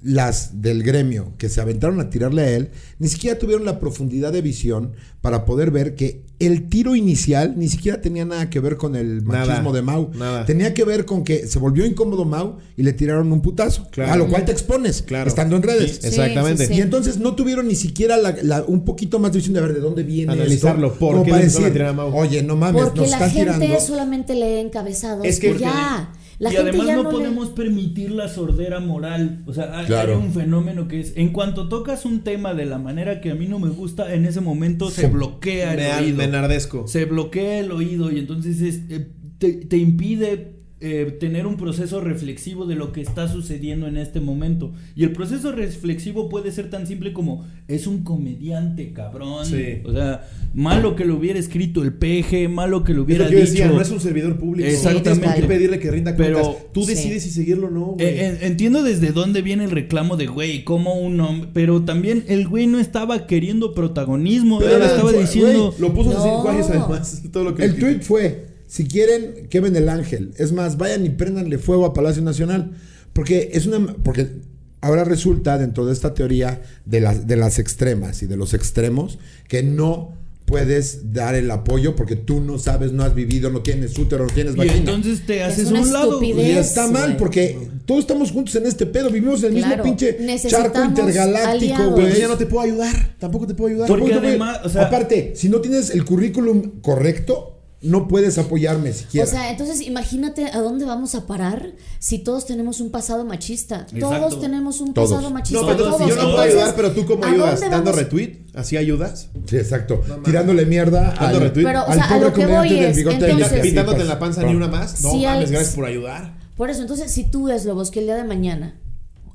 Speaker 3: las del gremio que se aventaron a tirarle a él, ni siquiera tuvieron la profundidad de visión para poder ver que el tiro inicial ni siquiera tenía nada que ver con el
Speaker 6: Nada,
Speaker 3: machismo de Mau.
Speaker 6: nada.
Speaker 3: Tenía que ver con que se volvió incómodo Mau y le tiraron un putazo.
Speaker 6: Claro.
Speaker 3: A lo cual te expones
Speaker 6: Claro.
Speaker 3: estando en redes.
Speaker 4: Sí,
Speaker 6: Exactamente.
Speaker 4: sí, sí.
Speaker 3: Y entonces no tuvieron ni siquiera la- la- un poquito más de visión de ver de dónde viene
Speaker 6: Analizarlo,
Speaker 3: esto,
Speaker 6: ¿por
Speaker 3: como
Speaker 6: qué
Speaker 3: para
Speaker 6: le empezaron a
Speaker 3: decir,
Speaker 6: tirar a Mau?
Speaker 3: Oye, no mames,
Speaker 4: Porque
Speaker 3: nos
Speaker 4: la
Speaker 3: estás
Speaker 4: gente
Speaker 3: tirando.
Speaker 4: solamente lee encabezados.
Speaker 6: Es que-
Speaker 4: y ya. La
Speaker 7: y
Speaker 4: gente
Speaker 7: además
Speaker 4: ya
Speaker 7: no,
Speaker 4: no, lee.
Speaker 7: podemos permitir la sordera moral. O sea, hay,
Speaker 3: Claro.
Speaker 7: hay un fenómeno que es, en cuanto tocas un tema de la manera que a mí no me gusta, en ese momento se bloquea el
Speaker 6: Me, al-
Speaker 7: oído.
Speaker 6: me enardezco.
Speaker 7: se bloquea el oído y entonces es, eh, te, te impide eh, tener un proceso reflexivo de lo que está sucediendo en este momento. Y el proceso reflexivo puede ser tan simple como es un comediante, cabrón.
Speaker 6: Sí.
Speaker 7: O sea, malo que lo hubiera escrito el peje, malo que lo
Speaker 6: Es
Speaker 7: hubiera
Speaker 6: lo que yo
Speaker 7: dicho. Eh,
Speaker 6: decía, no es un servidor público.
Speaker 7: Exactamente.
Speaker 6: No tienes por qué pedirle que rinda
Speaker 7: Pero-
Speaker 6: cuentas. Tú
Speaker 4: Sí.
Speaker 6: decides si seguirlo o no, güey.
Speaker 7: Eh, eh, entiendo desde dónde viene el reclamo de güey, como un hombre, pero también el güey no estaba queriendo protagonismo,
Speaker 6: Pero
Speaker 7: él
Speaker 6: era-
Speaker 7: estaba
Speaker 6: fue-
Speaker 7: diciendo
Speaker 6: güey, lo puso en
Speaker 4: No.
Speaker 6: sus lenguajes además. *laughs* Todo lo que
Speaker 3: El tweet fue: si quieren, quemen el ángel. Es más, vayan y préndanle fuego a Palacio Nacional. Porque es una. Porque ahora resulta, dentro de esta teoría de las, de las extremas y de los extremos, que no puedes dar el apoyo porque tú no sabes, no has vivido, no tienes útero, no tienes
Speaker 7: y
Speaker 3: vagina.
Speaker 7: entonces te haces
Speaker 4: una
Speaker 7: un lado.
Speaker 4: estupidez.
Speaker 3: Y está
Speaker 4: Eso,
Speaker 3: mal
Speaker 4: güey.
Speaker 3: porque todos estamos juntos en este pedo, vivimos en el mismo
Speaker 4: Claro,
Speaker 3: pinche
Speaker 4: necesitamos
Speaker 3: charco intergaláctico,
Speaker 4: aliados.
Speaker 6: Pero
Speaker 3: güey.
Speaker 6: ya no te puedo ayudar. Tampoco te puedo ayudar.
Speaker 7: Porque
Speaker 3: Tampoco te puede-
Speaker 7: además, o sea-
Speaker 3: aparte, si no tienes el currículum correcto, no puedes apoyarme siquiera.
Speaker 4: O sea, entonces imagínate a dónde vamos a parar si todos tenemos un pasado machista.
Speaker 7: Exacto.
Speaker 4: Todos tenemos un
Speaker 3: Todos.
Speaker 4: pasado machista.
Speaker 6: No, pero
Speaker 7: todos,
Speaker 6: si yo no puedo
Speaker 4: Entonces,
Speaker 6: ayudar, pero tú cómo
Speaker 4: ¿a
Speaker 6: ayudas.
Speaker 4: dónde
Speaker 6: Dando
Speaker 4: vamos?
Speaker 6: retweet, así ayudas.
Speaker 3: sí, exacto. Tirándole mierda
Speaker 6: Dando
Speaker 3: al,
Speaker 6: retweet.
Speaker 4: Pero, o
Speaker 3: al
Speaker 4: sea, a
Speaker 3: pobre
Speaker 4: lo que
Speaker 3: comediante
Speaker 4: voy
Speaker 3: del
Speaker 4: es,
Speaker 3: bigote de
Speaker 4: entonces-
Speaker 3: Las Pipas.
Speaker 6: Pintándote en la panza ni una más. No
Speaker 4: Sí hay-
Speaker 6: mames, gracias por ayudar.
Speaker 4: Por eso, entonces, si tú es Lobos que el día de mañana,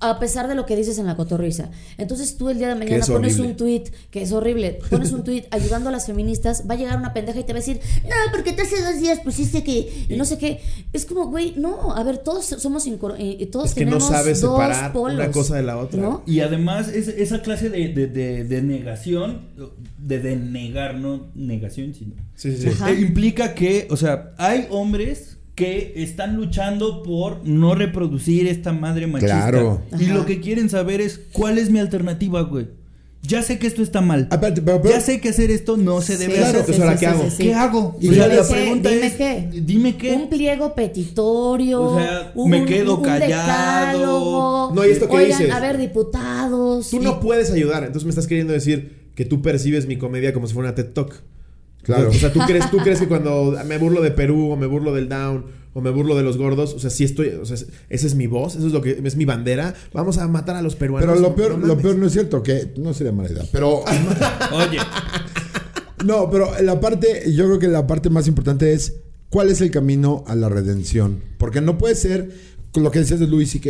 Speaker 4: a pesar de lo que dices en la cotorriza, entonces tú el día de mañana
Speaker 6: es
Speaker 4: pones
Speaker 6: horrible.
Speaker 4: un tweet que es horrible, pones un tweet ayudando a las feministas, va a llegar una pendeja y te va a decir, no, porque tú hace dos días pusiste que, y no sé qué. Es como, güey, no, a ver, todos somos, incor- eh, eh, todos
Speaker 6: Es que no
Speaker 4: tenemos
Speaker 6: sabes
Speaker 4: dos
Speaker 6: separar
Speaker 4: polos,
Speaker 6: una cosa de la otra.
Speaker 4: ¿no?
Speaker 7: Y además es- esa clase de, de, de, de negación, de denegar, no negación, sino...
Speaker 6: Sí, sí, sí.
Speaker 4: Ajá.
Speaker 7: eh, implica que, o sea, hay hombres que están luchando por no reproducir esta madre machista.
Speaker 3: Claro.
Speaker 7: Y
Speaker 4: Ajá.
Speaker 7: lo que quieren saber es, ¿cuál es mi alternativa, güey? Ya sé que esto está mal.
Speaker 3: Aparte, pero- pero-
Speaker 7: ya sé que hacer esto no se debe
Speaker 6: claro,
Speaker 7: hacer.
Speaker 6: pues, ¿ahora qué hago?
Speaker 7: ¿Qué hago?
Speaker 3: Y
Speaker 7: O sea,
Speaker 3: dime
Speaker 7: la
Speaker 4: qué,
Speaker 7: pregunta
Speaker 4: dime
Speaker 7: es,
Speaker 4: qué.
Speaker 7: dime qué.
Speaker 4: Un pliego petitorio.
Speaker 7: O sea, me quedo callado.
Speaker 4: decálogo.
Speaker 6: No, ¿y esto qué
Speaker 4: Oigan,
Speaker 6: dices?
Speaker 4: a ver, diputados.
Speaker 6: Tú no puedes ayudar, entonces me estás queriendo decir, que tú percibes mi comedia como si fuera una TED Talk.
Speaker 8: Claro.
Speaker 6: O sea, tú crees,
Speaker 4: *laughs*
Speaker 6: tú crees que cuando me burlo de Perú o me burlo del Down o me burlo de los gordos, o sea, sí estoy, o sea, esa es mi voz, eso es lo que es mi bandera. Vamos a matar a los peruanos.
Speaker 3: Pero lo
Speaker 6: No
Speaker 3: peor, lo
Speaker 6: mames.
Speaker 3: peor no es cierto, que no sería mala idea.
Speaker 6: *laughs*
Speaker 3: Pero
Speaker 7: Oye,
Speaker 3: no, pero la parte, yo creo que la parte más importante es cuál es el camino a la redención. Porque no puede ser lo que decías de Louis C.K.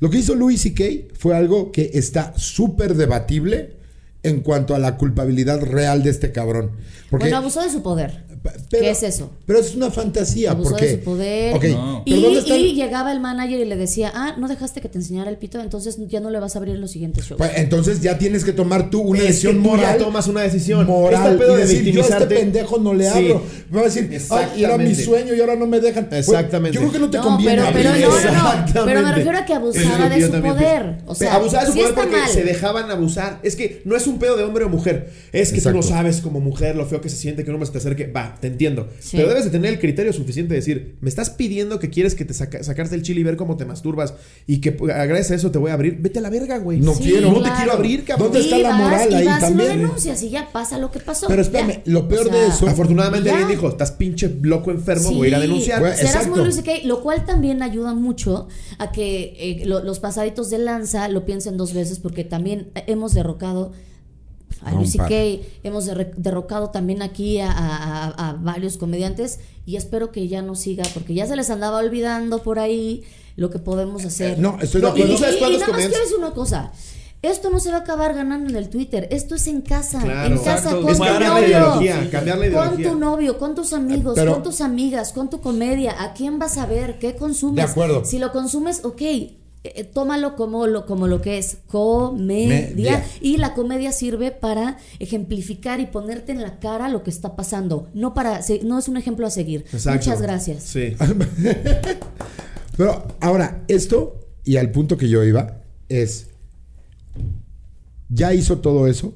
Speaker 3: Lo que hizo Louis C.K. fue algo que está súper debatible en cuanto a la culpabilidad real de este cabrón. Porque,
Speaker 4: Bueno, abusó de su poder. ¿Qué es eso?
Speaker 3: Pero es una fantasía.
Speaker 4: Abusó
Speaker 3: porque,
Speaker 4: de su poder.
Speaker 3: Ok,
Speaker 7: No.
Speaker 3: pero
Speaker 4: Y,
Speaker 3: ¿dónde está el-
Speaker 4: y llegaba el manager y le decía, ah, no dejaste que te enseñara el pito, entonces ya no le vas a abrir los siguientes shows.
Speaker 3: Pues, entonces ya tienes que tomar tú una
Speaker 6: Es que
Speaker 3: decisión
Speaker 6: tú ya
Speaker 3: moral.
Speaker 6: tomas una decisión.
Speaker 3: Moral.
Speaker 6: Este pedo
Speaker 3: y
Speaker 6: de
Speaker 3: decir, yo a este
Speaker 6: victimizarte-
Speaker 3: pendejo no le
Speaker 6: Sí.
Speaker 3: hablo. Me va a decir, ay, y era mi
Speaker 6: Exactamente.
Speaker 3: sueño y ahora no me dejan. Pues,
Speaker 6: Exactamente.
Speaker 3: yo creo que no te
Speaker 4: no,
Speaker 3: conviene.
Speaker 4: pero, pero
Speaker 3: abrir
Speaker 4: no,
Speaker 3: eso.
Speaker 4: no, no. Pero me
Speaker 6: Exactamente.
Speaker 4: refiero a que abusaba
Speaker 6: Es lo que
Speaker 4: de
Speaker 6: yo
Speaker 4: su
Speaker 6: también
Speaker 4: poder.
Speaker 6: pienso.
Speaker 4: O sea,
Speaker 6: abusaba de su
Speaker 4: sí
Speaker 6: poder
Speaker 4: está
Speaker 6: porque
Speaker 4: mal.
Speaker 6: se dejaban abusar. Es que no es un pedo de hombre o mujer. Es que
Speaker 3: Exacto.
Speaker 6: tú no sabes como mujer lo feo que se siente que un hombre se te acerque. Va, te entiendo.
Speaker 4: Sí.
Speaker 6: Pero debes de tener el criterio suficiente de decir, me estás pidiendo que quieres que te saca- sacarte el chile y ver cómo te masturbas y que pues, gracias a eso te voy a abrir. Vete a la verga, güey.
Speaker 3: No
Speaker 4: Sí,
Speaker 3: quiero.
Speaker 6: No te
Speaker 4: claro.
Speaker 6: quiero abrir, cabrón.
Speaker 3: ¿Dónde
Speaker 4: Y
Speaker 3: está la
Speaker 4: vas,
Speaker 3: moral
Speaker 4: y
Speaker 3: ahí
Speaker 4: vas,
Speaker 3: también,
Speaker 4: Lo
Speaker 3: eh?
Speaker 4: denuncias y ya pasa lo que pasó.
Speaker 3: Pero espérame,
Speaker 4: ya.
Speaker 3: lo peor
Speaker 4: O sea,
Speaker 3: de eso-
Speaker 6: Afortunadamente
Speaker 4: Ya.
Speaker 6: alguien dijo, estás pinche loco enfermo, voy a ir a denunciar.
Speaker 3: Güey,
Speaker 4: Serás
Speaker 3: exacto.
Speaker 4: muy Luis CK, lo cual también ayuda mucho a que eh, lo- los pasaditos de lanza lo piensen dos veces, porque también hemos derrocado a
Speaker 3: A un
Speaker 4: Luis
Speaker 3: par.
Speaker 4: CK, hemos derre- derrocado también aquí a, a- a- a varios comediantes, y espero que ya no siga, porque ya se les andaba olvidando por ahí lo que podemos hacer.
Speaker 3: No, estoy de
Speaker 6: No, y
Speaker 3: acuerdo.
Speaker 6: tú sabes
Speaker 4: Y- y
Speaker 6: cuántos
Speaker 4: nada más
Speaker 6: comediantes-
Speaker 4: quiero decir una cosa. Esto no se va a acabar ganando en el Twitter. Esto es en casa.
Speaker 6: Claro.
Speaker 4: en casa
Speaker 7: Exacto.
Speaker 4: con
Speaker 6: es
Speaker 4: tu
Speaker 7: Humana
Speaker 6: cambiar la
Speaker 4: novio.
Speaker 6: ideología, cambiar la
Speaker 4: Con
Speaker 6: ideología.
Speaker 4: tu novio, con tus amigos,
Speaker 3: Pero-
Speaker 4: con tus amigas, con tu comedia, ¿a quién vas a ver? ¿Qué consumes?
Speaker 3: De acuerdo.
Speaker 4: Si lo consumes, ok, eh, eh, tómalo como lo, como lo que es, comedia.
Speaker 3: Media.
Speaker 4: Y la comedia sirve para ejemplificar y ponerte en la cara lo que está pasando. No, para, se- no es un ejemplo a seguir.
Speaker 6: Exacto.
Speaker 4: Muchas gracias.
Speaker 6: Sí.
Speaker 3: Ah, Pero ahora, esto, y al punto que yo iba, es. Ya hizo todo eso.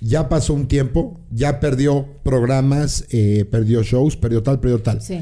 Speaker 3: Ya pasó un tiempo. Ya perdió programas, eh, perdió shows, perdió tal, perdió tal.
Speaker 4: Sí.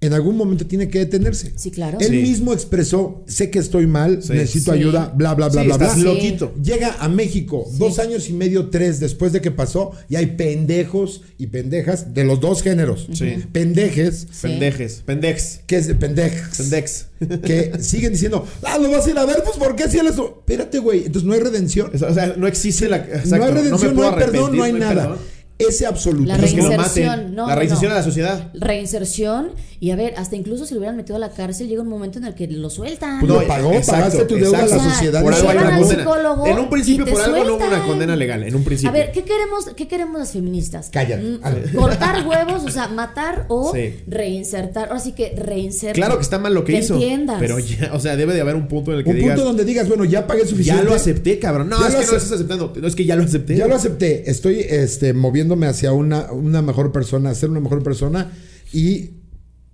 Speaker 3: En algún momento tiene que detenerse.
Speaker 4: Sí, claro.
Speaker 3: Él
Speaker 6: Sí.
Speaker 3: mismo expresó: sé que estoy mal,
Speaker 6: Sí.
Speaker 3: necesito
Speaker 4: Sí.
Speaker 3: ayuda, bla, bla, bla,
Speaker 6: Sí,
Speaker 3: bla, bla.
Speaker 6: estás loquito.
Speaker 3: Llega a México dos años y medio, tres después de que pasó, y hay pendejos y pendejas de los dos géneros.
Speaker 6: Sí.
Speaker 3: Pendejes
Speaker 4: Sí.
Speaker 6: Pendejes. Pendex.
Speaker 3: que es de pendejas.
Speaker 6: Pendex.
Speaker 3: Que siguen diciendo, ah, lo vas a ir a ver, pues ¿por qué si él eso? Espérate, güey, entonces no hay redención.
Speaker 6: O sea, no existe la.
Speaker 3: no
Speaker 6: exacto,
Speaker 3: hay
Speaker 6: me
Speaker 3: redención, no,
Speaker 6: puedo
Speaker 3: hay perdón,
Speaker 6: arrepentir,
Speaker 3: no hay nada.
Speaker 6: perdón.
Speaker 3: Ese
Speaker 4: La
Speaker 6: Pues
Speaker 3: absolutismo.
Speaker 6: que lo
Speaker 4: reinserción,
Speaker 6: maten.
Speaker 4: no,
Speaker 6: La reinserción
Speaker 4: no.
Speaker 6: a la sociedad.
Speaker 4: Reinserción y a ver, hasta incluso si lo hubieran metido a la cárcel, llega un momento en el que lo sueltan.
Speaker 3: Pues lo pagó,
Speaker 6: exacto,
Speaker 3: pagaste tu deuda a
Speaker 4: exacto.
Speaker 3: la sociedad.
Speaker 6: Por
Speaker 4: Se
Speaker 6: algo hay
Speaker 4: van
Speaker 6: una
Speaker 4: al
Speaker 6: condena.
Speaker 4: psicólogo
Speaker 6: En un principio,
Speaker 4: y te
Speaker 6: por algo no hubo una
Speaker 4: sueltan.
Speaker 6: condena legal. En un principio.
Speaker 4: A ver, ¿qué queremos, qué queremos las feministas?
Speaker 3: Cállate.
Speaker 4: Mm,
Speaker 3: A ver.
Speaker 4: Cortar huevos, o sea, matar o
Speaker 6: Sí.
Speaker 4: reinsertar. Ahora sí que reinsertar.
Speaker 6: claro que está mal lo que, hizo.
Speaker 4: Entiendas.
Speaker 6: Pero ya, o sea, debe de haber un punto en el que
Speaker 3: Un
Speaker 6: digas.
Speaker 3: punto donde digas, bueno, ya pagué
Speaker 6: Ya
Speaker 3: suficiente.
Speaker 6: lo acepté, cabrón. No,
Speaker 3: Ya
Speaker 6: es
Speaker 3: lo
Speaker 6: que no
Speaker 3: acep-
Speaker 6: lo estás aceptando. No, es que ya lo acepté.
Speaker 3: Ya lo acepté. Estoy este, moviéndome hacia una, una mejor persona, ser una mejor persona. Y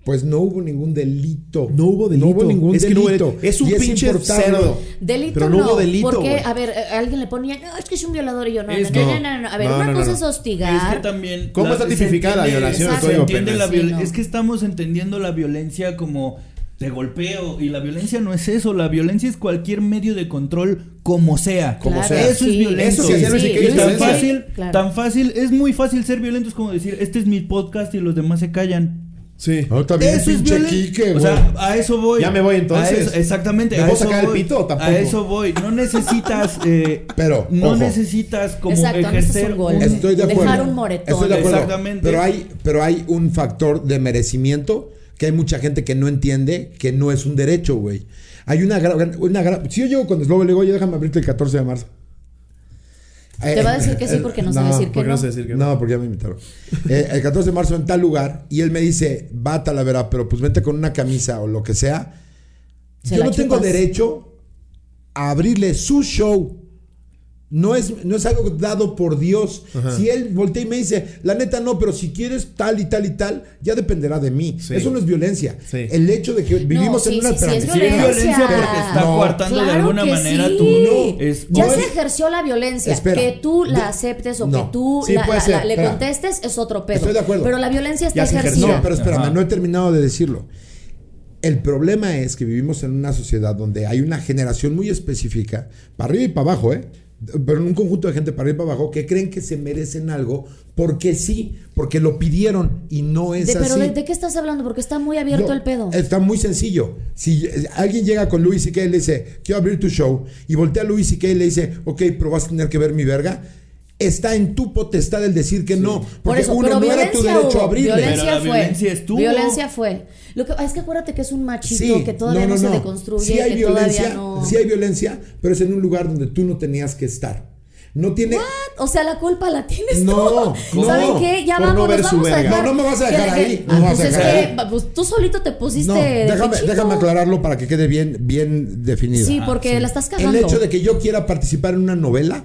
Speaker 3: pues no hubo ningún delito.
Speaker 6: No hubo delito.
Speaker 3: No hubo ningún
Speaker 6: Es que no hubo
Speaker 3: delito.
Speaker 6: delito. Es un
Speaker 3: Y
Speaker 6: pinche
Speaker 3: importante.
Speaker 6: cerdo.
Speaker 4: Delito
Speaker 6: Pero no
Speaker 4: no,
Speaker 6: hubo delito,
Speaker 4: Porque,
Speaker 6: güey.
Speaker 4: a ver, eh, alguien le ponía, no, es que es un violador y yo no.
Speaker 7: Es
Speaker 4: no,
Speaker 7: que-
Speaker 4: no, no, no, no. A ver,
Speaker 6: No,
Speaker 4: una
Speaker 6: no, no,
Speaker 4: cosa
Speaker 6: no.
Speaker 4: es hostigar.
Speaker 7: Es que también.
Speaker 6: ¿Cómo está
Speaker 7: se
Speaker 6: tipificada la
Speaker 7: entiende-
Speaker 6: violación
Speaker 4: al
Speaker 7: se
Speaker 4: Código
Speaker 7: entiende
Speaker 4: Penal?
Speaker 7: la violen-
Speaker 4: Sí, no.
Speaker 7: Es que estamos entendiendo la violencia como de golpeo. Y la violencia no es eso. La violencia es cualquier medio de control, como sea.
Speaker 4: Como Claro, sea.
Speaker 7: Eso es
Speaker 4: sí.
Speaker 7: violento.
Speaker 6: Eso que hacía Luis
Speaker 4: Sí,
Speaker 6: C.K.
Speaker 7: Y
Speaker 6: es
Speaker 4: Luis
Speaker 7: tan
Speaker 4: C.K.,
Speaker 6: violencia.
Speaker 7: fácil,
Speaker 4: claro.
Speaker 7: tan fácil. Es muy fácil ser violento. Es como decir, este es mi podcast y los demás se callan.
Speaker 6: Sí.
Speaker 3: Ahorita viene
Speaker 7: Eso es
Speaker 3: pinche
Speaker 7: violen-
Speaker 3: Quique, güey.
Speaker 7: O sea, a eso voy.
Speaker 6: Ya me voy, entonces.
Speaker 7: A eso- exactamente.
Speaker 6: ¿Me
Speaker 7: a
Speaker 6: puedo
Speaker 7: eso
Speaker 6: sacar el
Speaker 7: voy.
Speaker 6: pito o tampoco?
Speaker 7: A eso voy. No necesitas.
Speaker 6: *laughs*
Speaker 7: eh,
Speaker 3: Pero,
Speaker 7: No
Speaker 3: ojo.
Speaker 7: necesitas como
Speaker 4: Exacto, no necesitas
Speaker 7: ejercer.
Speaker 4: un golpe.
Speaker 7: un-
Speaker 3: Estoy de
Speaker 4: Dejar
Speaker 3: acuerdo.
Speaker 4: un moretón.
Speaker 3: Estoy de acuerdo.
Speaker 7: Exactamente.
Speaker 3: Pero hay, pero hay un factor de merecimiento que hay mucha gente que no entiende que no es un derecho, güey. Hay una gran. Una gran- si yo llego con Slobo y le digo, oye, déjame abrirte el 14 de marzo. Eh,
Speaker 4: Te va a decir que sí porque no sabe decir que
Speaker 6: porque no
Speaker 4: no.
Speaker 6: sé decir que
Speaker 3: No, porque ya me invitaron. Eh, el 14 de marzo en tal lugar y él me dice, va a Talavera, pero pues vente con una camisa o lo que sea.
Speaker 4: Se
Speaker 3: Yo
Speaker 4: la
Speaker 3: no tengo
Speaker 4: chupas.
Speaker 3: derecho a abrirle su show. No es, no es algo dado por Dios. Si él voltea y me dice, la neta no, pero si quieres tal y tal y tal, ya dependerá de mí.
Speaker 6: Sí.
Speaker 3: Eso no es violencia.
Speaker 6: Sí.
Speaker 3: El hecho de que vivimos
Speaker 4: sí,
Speaker 3: en una
Speaker 4: sí, sí, es
Speaker 3: transición.
Speaker 7: Sí, es violencia
Speaker 4: Violencia.
Speaker 7: porque está
Speaker 3: No.
Speaker 7: coartando de alguna
Speaker 4: que
Speaker 7: manera
Speaker 4: sí.
Speaker 7: tu.
Speaker 3: No.
Speaker 7: es-
Speaker 4: ya
Speaker 3: no
Speaker 4: se
Speaker 3: es-
Speaker 4: ejerció la violencia.
Speaker 3: Espera.
Speaker 4: que tú la
Speaker 3: De-
Speaker 4: aceptes o
Speaker 3: No.
Speaker 4: que tú
Speaker 3: Sí,
Speaker 4: la-
Speaker 3: puede
Speaker 4: la-
Speaker 3: ser,
Speaker 4: la- le
Speaker 3: espera.
Speaker 4: contestes es otro pedo.
Speaker 3: Estoy de acuerdo.
Speaker 4: Pero la violencia está
Speaker 6: Ya se ejerció.
Speaker 4: ejercida.
Speaker 3: No, pero espérame,
Speaker 7: Ajá.
Speaker 3: no he terminado de decirlo. El problema es que vivimos en una sociedad donde hay una generación muy específica, para arriba y para abajo, ¿eh? pero un conjunto de gente para arriba y para abajo que creen que se merecen algo porque sí, porque lo pidieron y no es
Speaker 4: De-
Speaker 3: así.
Speaker 4: pero de, de qué estás hablando? Porque está muy abierto
Speaker 3: No,
Speaker 4: el pedo.
Speaker 3: Está muy sencillo. Si eh, alguien llega con Luis y que le dice, quiero abrir tu show, y voltea a Luis y que le dice, ok, pero vas a tener que ver mi verga. Está en tu potestad el decir que no. Porque
Speaker 4: eso,
Speaker 3: uno
Speaker 4: pero
Speaker 3: no era tu
Speaker 4: violencia
Speaker 3: derecho
Speaker 4: hubo,
Speaker 3: a abrirle.
Speaker 4: Violencia
Speaker 7: Pero la
Speaker 4: fue.
Speaker 7: violencia estuvo.
Speaker 4: Violencia fue. Lo que, es que acuérdate que es un machismo que todavía no, se deconstruye,
Speaker 3: Sí hay
Speaker 4: que
Speaker 3: violencia,
Speaker 4: todavía no.
Speaker 3: sí hay violencia, pero es en un lugar donde tú no tenías que estar. No tiene.
Speaker 4: O sea, la culpa la tienes
Speaker 3: No,
Speaker 4: tú.
Speaker 3: no.
Speaker 4: ¿Saben qué? Ya
Speaker 6: Por no
Speaker 4: vamos,
Speaker 6: ver su
Speaker 4: vamos a
Speaker 6: verga.
Speaker 4: dejar.
Speaker 3: No, no me vas a
Speaker 4: que-
Speaker 3: dejar
Speaker 4: que-
Speaker 3: ahí,
Speaker 4: ah,
Speaker 3: no me vas
Speaker 4: pues
Speaker 3: a
Speaker 4: es
Speaker 3: dejar
Speaker 4: que
Speaker 3: ahí.
Speaker 4: va- pues, tú solito te pusiste
Speaker 3: No,
Speaker 4: de
Speaker 3: déjame,
Speaker 4: pechito.
Speaker 3: déjame aclararlo para que quede bien, bien definido.
Speaker 4: Sí, porque la estás
Speaker 3: El
Speaker 4: cagando.
Speaker 3: hecho de que yo quiera participar en una novela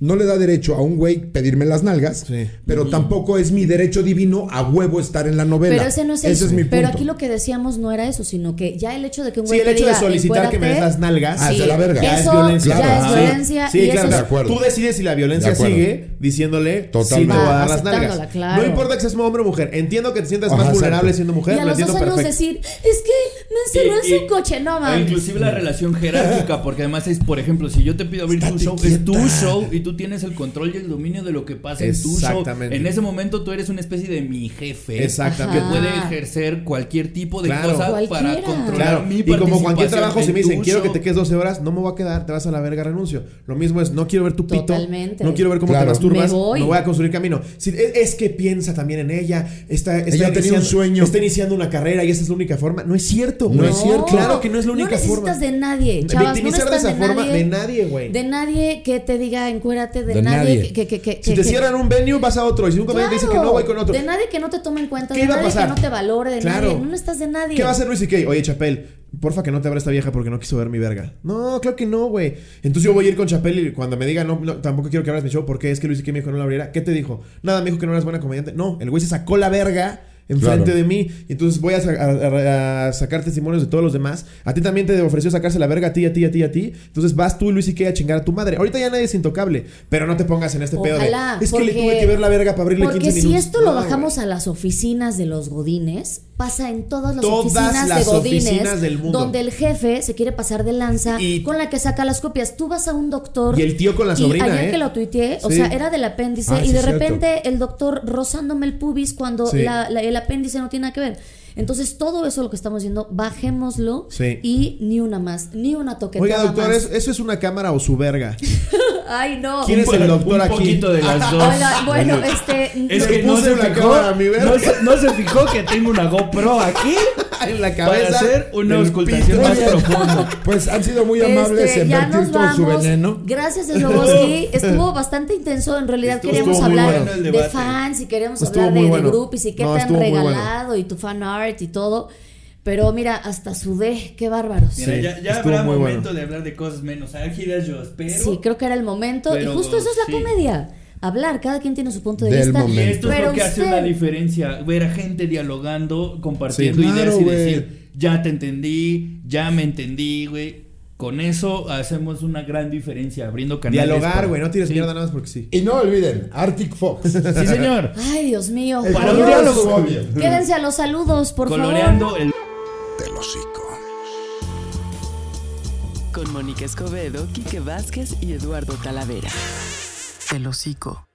Speaker 3: no le da derecho a un güey pedirme las nalgas,
Speaker 6: Sí.
Speaker 3: pero tampoco es mi derecho divino a huevo estar en la novela.
Speaker 4: Pero ese no es el-
Speaker 3: Ese es mi punto.
Speaker 4: Pero aquí lo que decíamos no era eso, sino que ya el hecho de que un
Speaker 6: Sí,
Speaker 4: güey
Speaker 6: el
Speaker 4: te
Speaker 6: hecho de
Speaker 4: diga,
Speaker 6: solicitar que me des
Speaker 4: "Encuérdate",
Speaker 6: las nalgas
Speaker 3: Ah, Hacia la verga.
Speaker 4: Eso
Speaker 3: Ya
Speaker 4: ya
Speaker 3: es
Speaker 4: es
Speaker 3: violencia.
Speaker 4: violencia.
Speaker 3: Claro. Sí.
Speaker 6: Ah, Sí,
Speaker 4: y
Speaker 6: claro,
Speaker 4: eso
Speaker 3: de
Speaker 4: es-
Speaker 3: acuerdo.
Speaker 6: Tú decides si la violencia
Speaker 3: De acuerdo.
Speaker 6: sigue diciéndole
Speaker 3: Totalmente.
Speaker 6: si te voy a dar las
Speaker 4: Aceptándola,
Speaker 6: nalgas.
Speaker 4: claro.
Speaker 6: No importa que seas hombre o mujer. Entiendo que te sientas
Speaker 3: Ajá,
Speaker 6: más
Speaker 3: exacto.
Speaker 6: vulnerable siendo mujer.
Speaker 4: y a
Speaker 6: lo
Speaker 4: los dos
Speaker 6: entiendo
Speaker 4: años
Speaker 6: perfecto.
Speaker 4: decir, es que me encerró
Speaker 7: Y-
Speaker 4: en
Speaker 7: y-
Speaker 4: su coche, no
Speaker 7: e
Speaker 4: mames.
Speaker 7: Inclusive la relación jerárquica, porque además es, por ejemplo, si yo te pido abrir tu show, es tu show y tú tienes el control y el dominio de lo que pasa en tu show.
Speaker 6: Exactamente.
Speaker 7: En ese momento tú eres una especie de mi jefe.
Speaker 6: Exactamente.
Speaker 7: Que puede ejercer cualquier tipo de
Speaker 6: Claro.
Speaker 7: cosa para
Speaker 4: Cualquiera.
Speaker 7: controlar
Speaker 6: Claro,
Speaker 7: mi
Speaker 6: y como cualquier
Speaker 7: participación
Speaker 6: trabajo,
Speaker 7: en
Speaker 6: si me dicen,
Speaker 7: tu
Speaker 6: quiero que
Speaker 7: show".
Speaker 6: te quedes 12 horas, no me voy a quedar, te vas a la verga, renuncio. Lo mismo es, no quiero ver tu pito.
Speaker 4: Totalmente.
Speaker 6: No quiero ver cómo
Speaker 3: Claro.
Speaker 6: te masturbas.
Speaker 4: Me voy.
Speaker 6: No voy a construir camino. Si- es, es que piensa también en ella. Está, está
Speaker 3: Ella tenía un
Speaker 6: iniciando-
Speaker 3: sueño.
Speaker 6: Está iniciando una carrera y esa es la única forma. No es cierto,
Speaker 3: No
Speaker 6: güey.
Speaker 3: es cierto.
Speaker 6: Claro que no es la única
Speaker 4: No
Speaker 6: forma.
Speaker 4: necesitas de nadie, chavas. No
Speaker 6: Victimizar de
Speaker 4: necesitas
Speaker 6: esa
Speaker 4: de
Speaker 6: forma
Speaker 4: nadie,
Speaker 6: de nadie, güey.
Speaker 4: De nadie que te diga encuérate, de,
Speaker 3: De
Speaker 4: nadie,
Speaker 3: nadie.
Speaker 4: que... que, que, que-
Speaker 6: Si te
Speaker 4: que-
Speaker 6: cierran un venue, vas a otro. Y si un comediante dice que
Speaker 4: Claro,
Speaker 6: no, voy con otro.
Speaker 4: De nadie que no te tome en cuenta,
Speaker 6: ¿Qué
Speaker 4: de
Speaker 6: iba a
Speaker 4: nadie que
Speaker 6: pasar?
Speaker 4: no te valore, de
Speaker 6: Claro.
Speaker 4: nadie. No estás de nadie.
Speaker 6: ¿Qué va a hacer Luis C.K.? Oye, Chapel, porfa que no te abra esta vieja porque no quiso ver mi verga. No, claro que no, güey. Entonces yo voy a ir con Chapel y cuando me diga, no, no, tampoco quiero que abras mi show porque es que Luis C.K. me dijo que no la abriera. ¿Qué te dijo? Nada, me dijo que no eras buena comediante. No, el güey se sacó la verga enfrente
Speaker 3: Claro.
Speaker 6: de mí. Y entonces voy a, sa- a- a- a sacar testimonios de todos los demás. A ti también te ofreció sacarse la verga a ti, a ti, a ti, a ti. Entonces vas tú y Luis C.K. a chingar a tu madre. Ahorita ya nadie es intocable, pero no te pongas en este
Speaker 4: Ojalá,
Speaker 6: pedo de. Es que le
Speaker 4: porque-
Speaker 6: tuve que ver la verga para abrirle 15
Speaker 4: Porque
Speaker 6: minutos.
Speaker 4: si esto lo
Speaker 6: No,
Speaker 4: bajamos
Speaker 6: güey.
Speaker 4: a las oficinas de los godines, pasa en todas las
Speaker 6: Todas
Speaker 4: oficinas
Speaker 6: las
Speaker 4: de godines
Speaker 6: oficinas del mundo.
Speaker 4: donde el jefe se quiere pasar de lanza
Speaker 6: Y-
Speaker 4: con la que saca las copias. Tú vas a un doctor
Speaker 6: Y el tío con la
Speaker 4: y
Speaker 6: sobrina,
Speaker 4: ayer
Speaker 6: ¿eh?
Speaker 4: que lo tuiteé, o
Speaker 6: Sí.
Speaker 4: sea, era del apéndice
Speaker 3: Ah,
Speaker 4: y
Speaker 3: sí,
Speaker 4: de
Speaker 3: es cierto.
Speaker 4: repente el doctor rozándome el pubis cuando
Speaker 6: Sí.
Speaker 4: la- la- el apéndice no tiene nada que ver. Entonces, todo eso lo que estamos viendo, bajémoslo
Speaker 6: Sí.
Speaker 4: y ni una más, ni una toquetada
Speaker 6: Oiga, doctor,
Speaker 4: más.
Speaker 6: ¿es- eso es una cámara o
Speaker 4: *laughs*
Speaker 6: su verga.
Speaker 4: Ay, no.
Speaker 6: ¿Quién es el doctor
Speaker 7: Un
Speaker 6: aquí?
Speaker 7: poquito de las dos. *laughs*
Speaker 4: Hola, bueno, este
Speaker 7: Es
Speaker 4: no-
Speaker 7: que no
Speaker 6: puse
Speaker 7: se,
Speaker 6: una
Speaker 7: fijó,
Speaker 6: cámara a mi verga.
Speaker 7: *laughs* no, se, no se fijó que tengo una GoPro aquí
Speaker 6: en la
Speaker 7: para
Speaker 6: cabeza.
Speaker 7: hacer una
Speaker 6: del
Speaker 7: auscultación
Speaker 3: Muy
Speaker 7: más
Speaker 3: bien.
Speaker 7: profunda.
Speaker 4: *laughs*
Speaker 3: Pues han sido muy amables
Speaker 4: Este,
Speaker 3: en
Speaker 4: ya
Speaker 3: vertir
Speaker 4: nos
Speaker 3: todo su
Speaker 4: vamos.
Speaker 3: veneno.
Speaker 4: Gracias, Sloboski. Estuvo bastante intenso. En realidad
Speaker 7: Estuvo-
Speaker 4: queríamos
Speaker 6: estuvo muy
Speaker 4: hablar
Speaker 6: bueno el
Speaker 4: de
Speaker 7: debate.
Speaker 4: fans y queríamos
Speaker 6: Estuvo
Speaker 4: hablar de,
Speaker 6: muy
Speaker 4: de
Speaker 6: bueno.
Speaker 4: groupies y qué
Speaker 6: No,
Speaker 4: te han
Speaker 6: estuvo muy bueno.
Speaker 4: regalado y tu fan art y todo. Pero mira, hasta sudé. Qué bárbaros.
Speaker 7: Mira,
Speaker 6: Sí,
Speaker 7: ya ya
Speaker 6: estuvo
Speaker 7: habrá
Speaker 6: muy
Speaker 7: momento
Speaker 6: bueno.
Speaker 7: de hablar de cosas menos álgidas, yo espero.
Speaker 4: Sí, creo que era el momento.
Speaker 7: Pero,
Speaker 4: y justo eso es la
Speaker 7: sí.
Speaker 4: comedia. Hablar, cada quien tiene su punto de
Speaker 3: Del
Speaker 4: vista.
Speaker 7: Y
Speaker 3: momento.
Speaker 7: esto es
Speaker 4: Pero
Speaker 7: lo que hace
Speaker 4: usted-
Speaker 7: una diferencia, ver a gente dialogando, compartiendo
Speaker 3: Sí, claro,
Speaker 7: ideas y
Speaker 3: güey.
Speaker 7: decir, ya te entendí, ya me entendí, güey. Con eso hacemos una gran diferencia, abriendo canales.
Speaker 6: Dialogar,
Speaker 7: para-
Speaker 6: güey. No tires
Speaker 7: Sí.
Speaker 6: mierda nada más porque sí.
Speaker 3: Y no olviden, Arctic Fox.
Speaker 7: Sí, señor.
Speaker 4: Ay, Dios mío.
Speaker 3: El
Speaker 4: por
Speaker 7: Para un
Speaker 4: Dios.
Speaker 3: diálogo obvio.
Speaker 4: Quédense a los saludos, por
Speaker 7: Coloreando
Speaker 4: favor.
Speaker 7: el
Speaker 1: del hocico.
Speaker 2: Con Mónica Escobedo, Quique Vázquez y Eduardo Talavera. El hocico.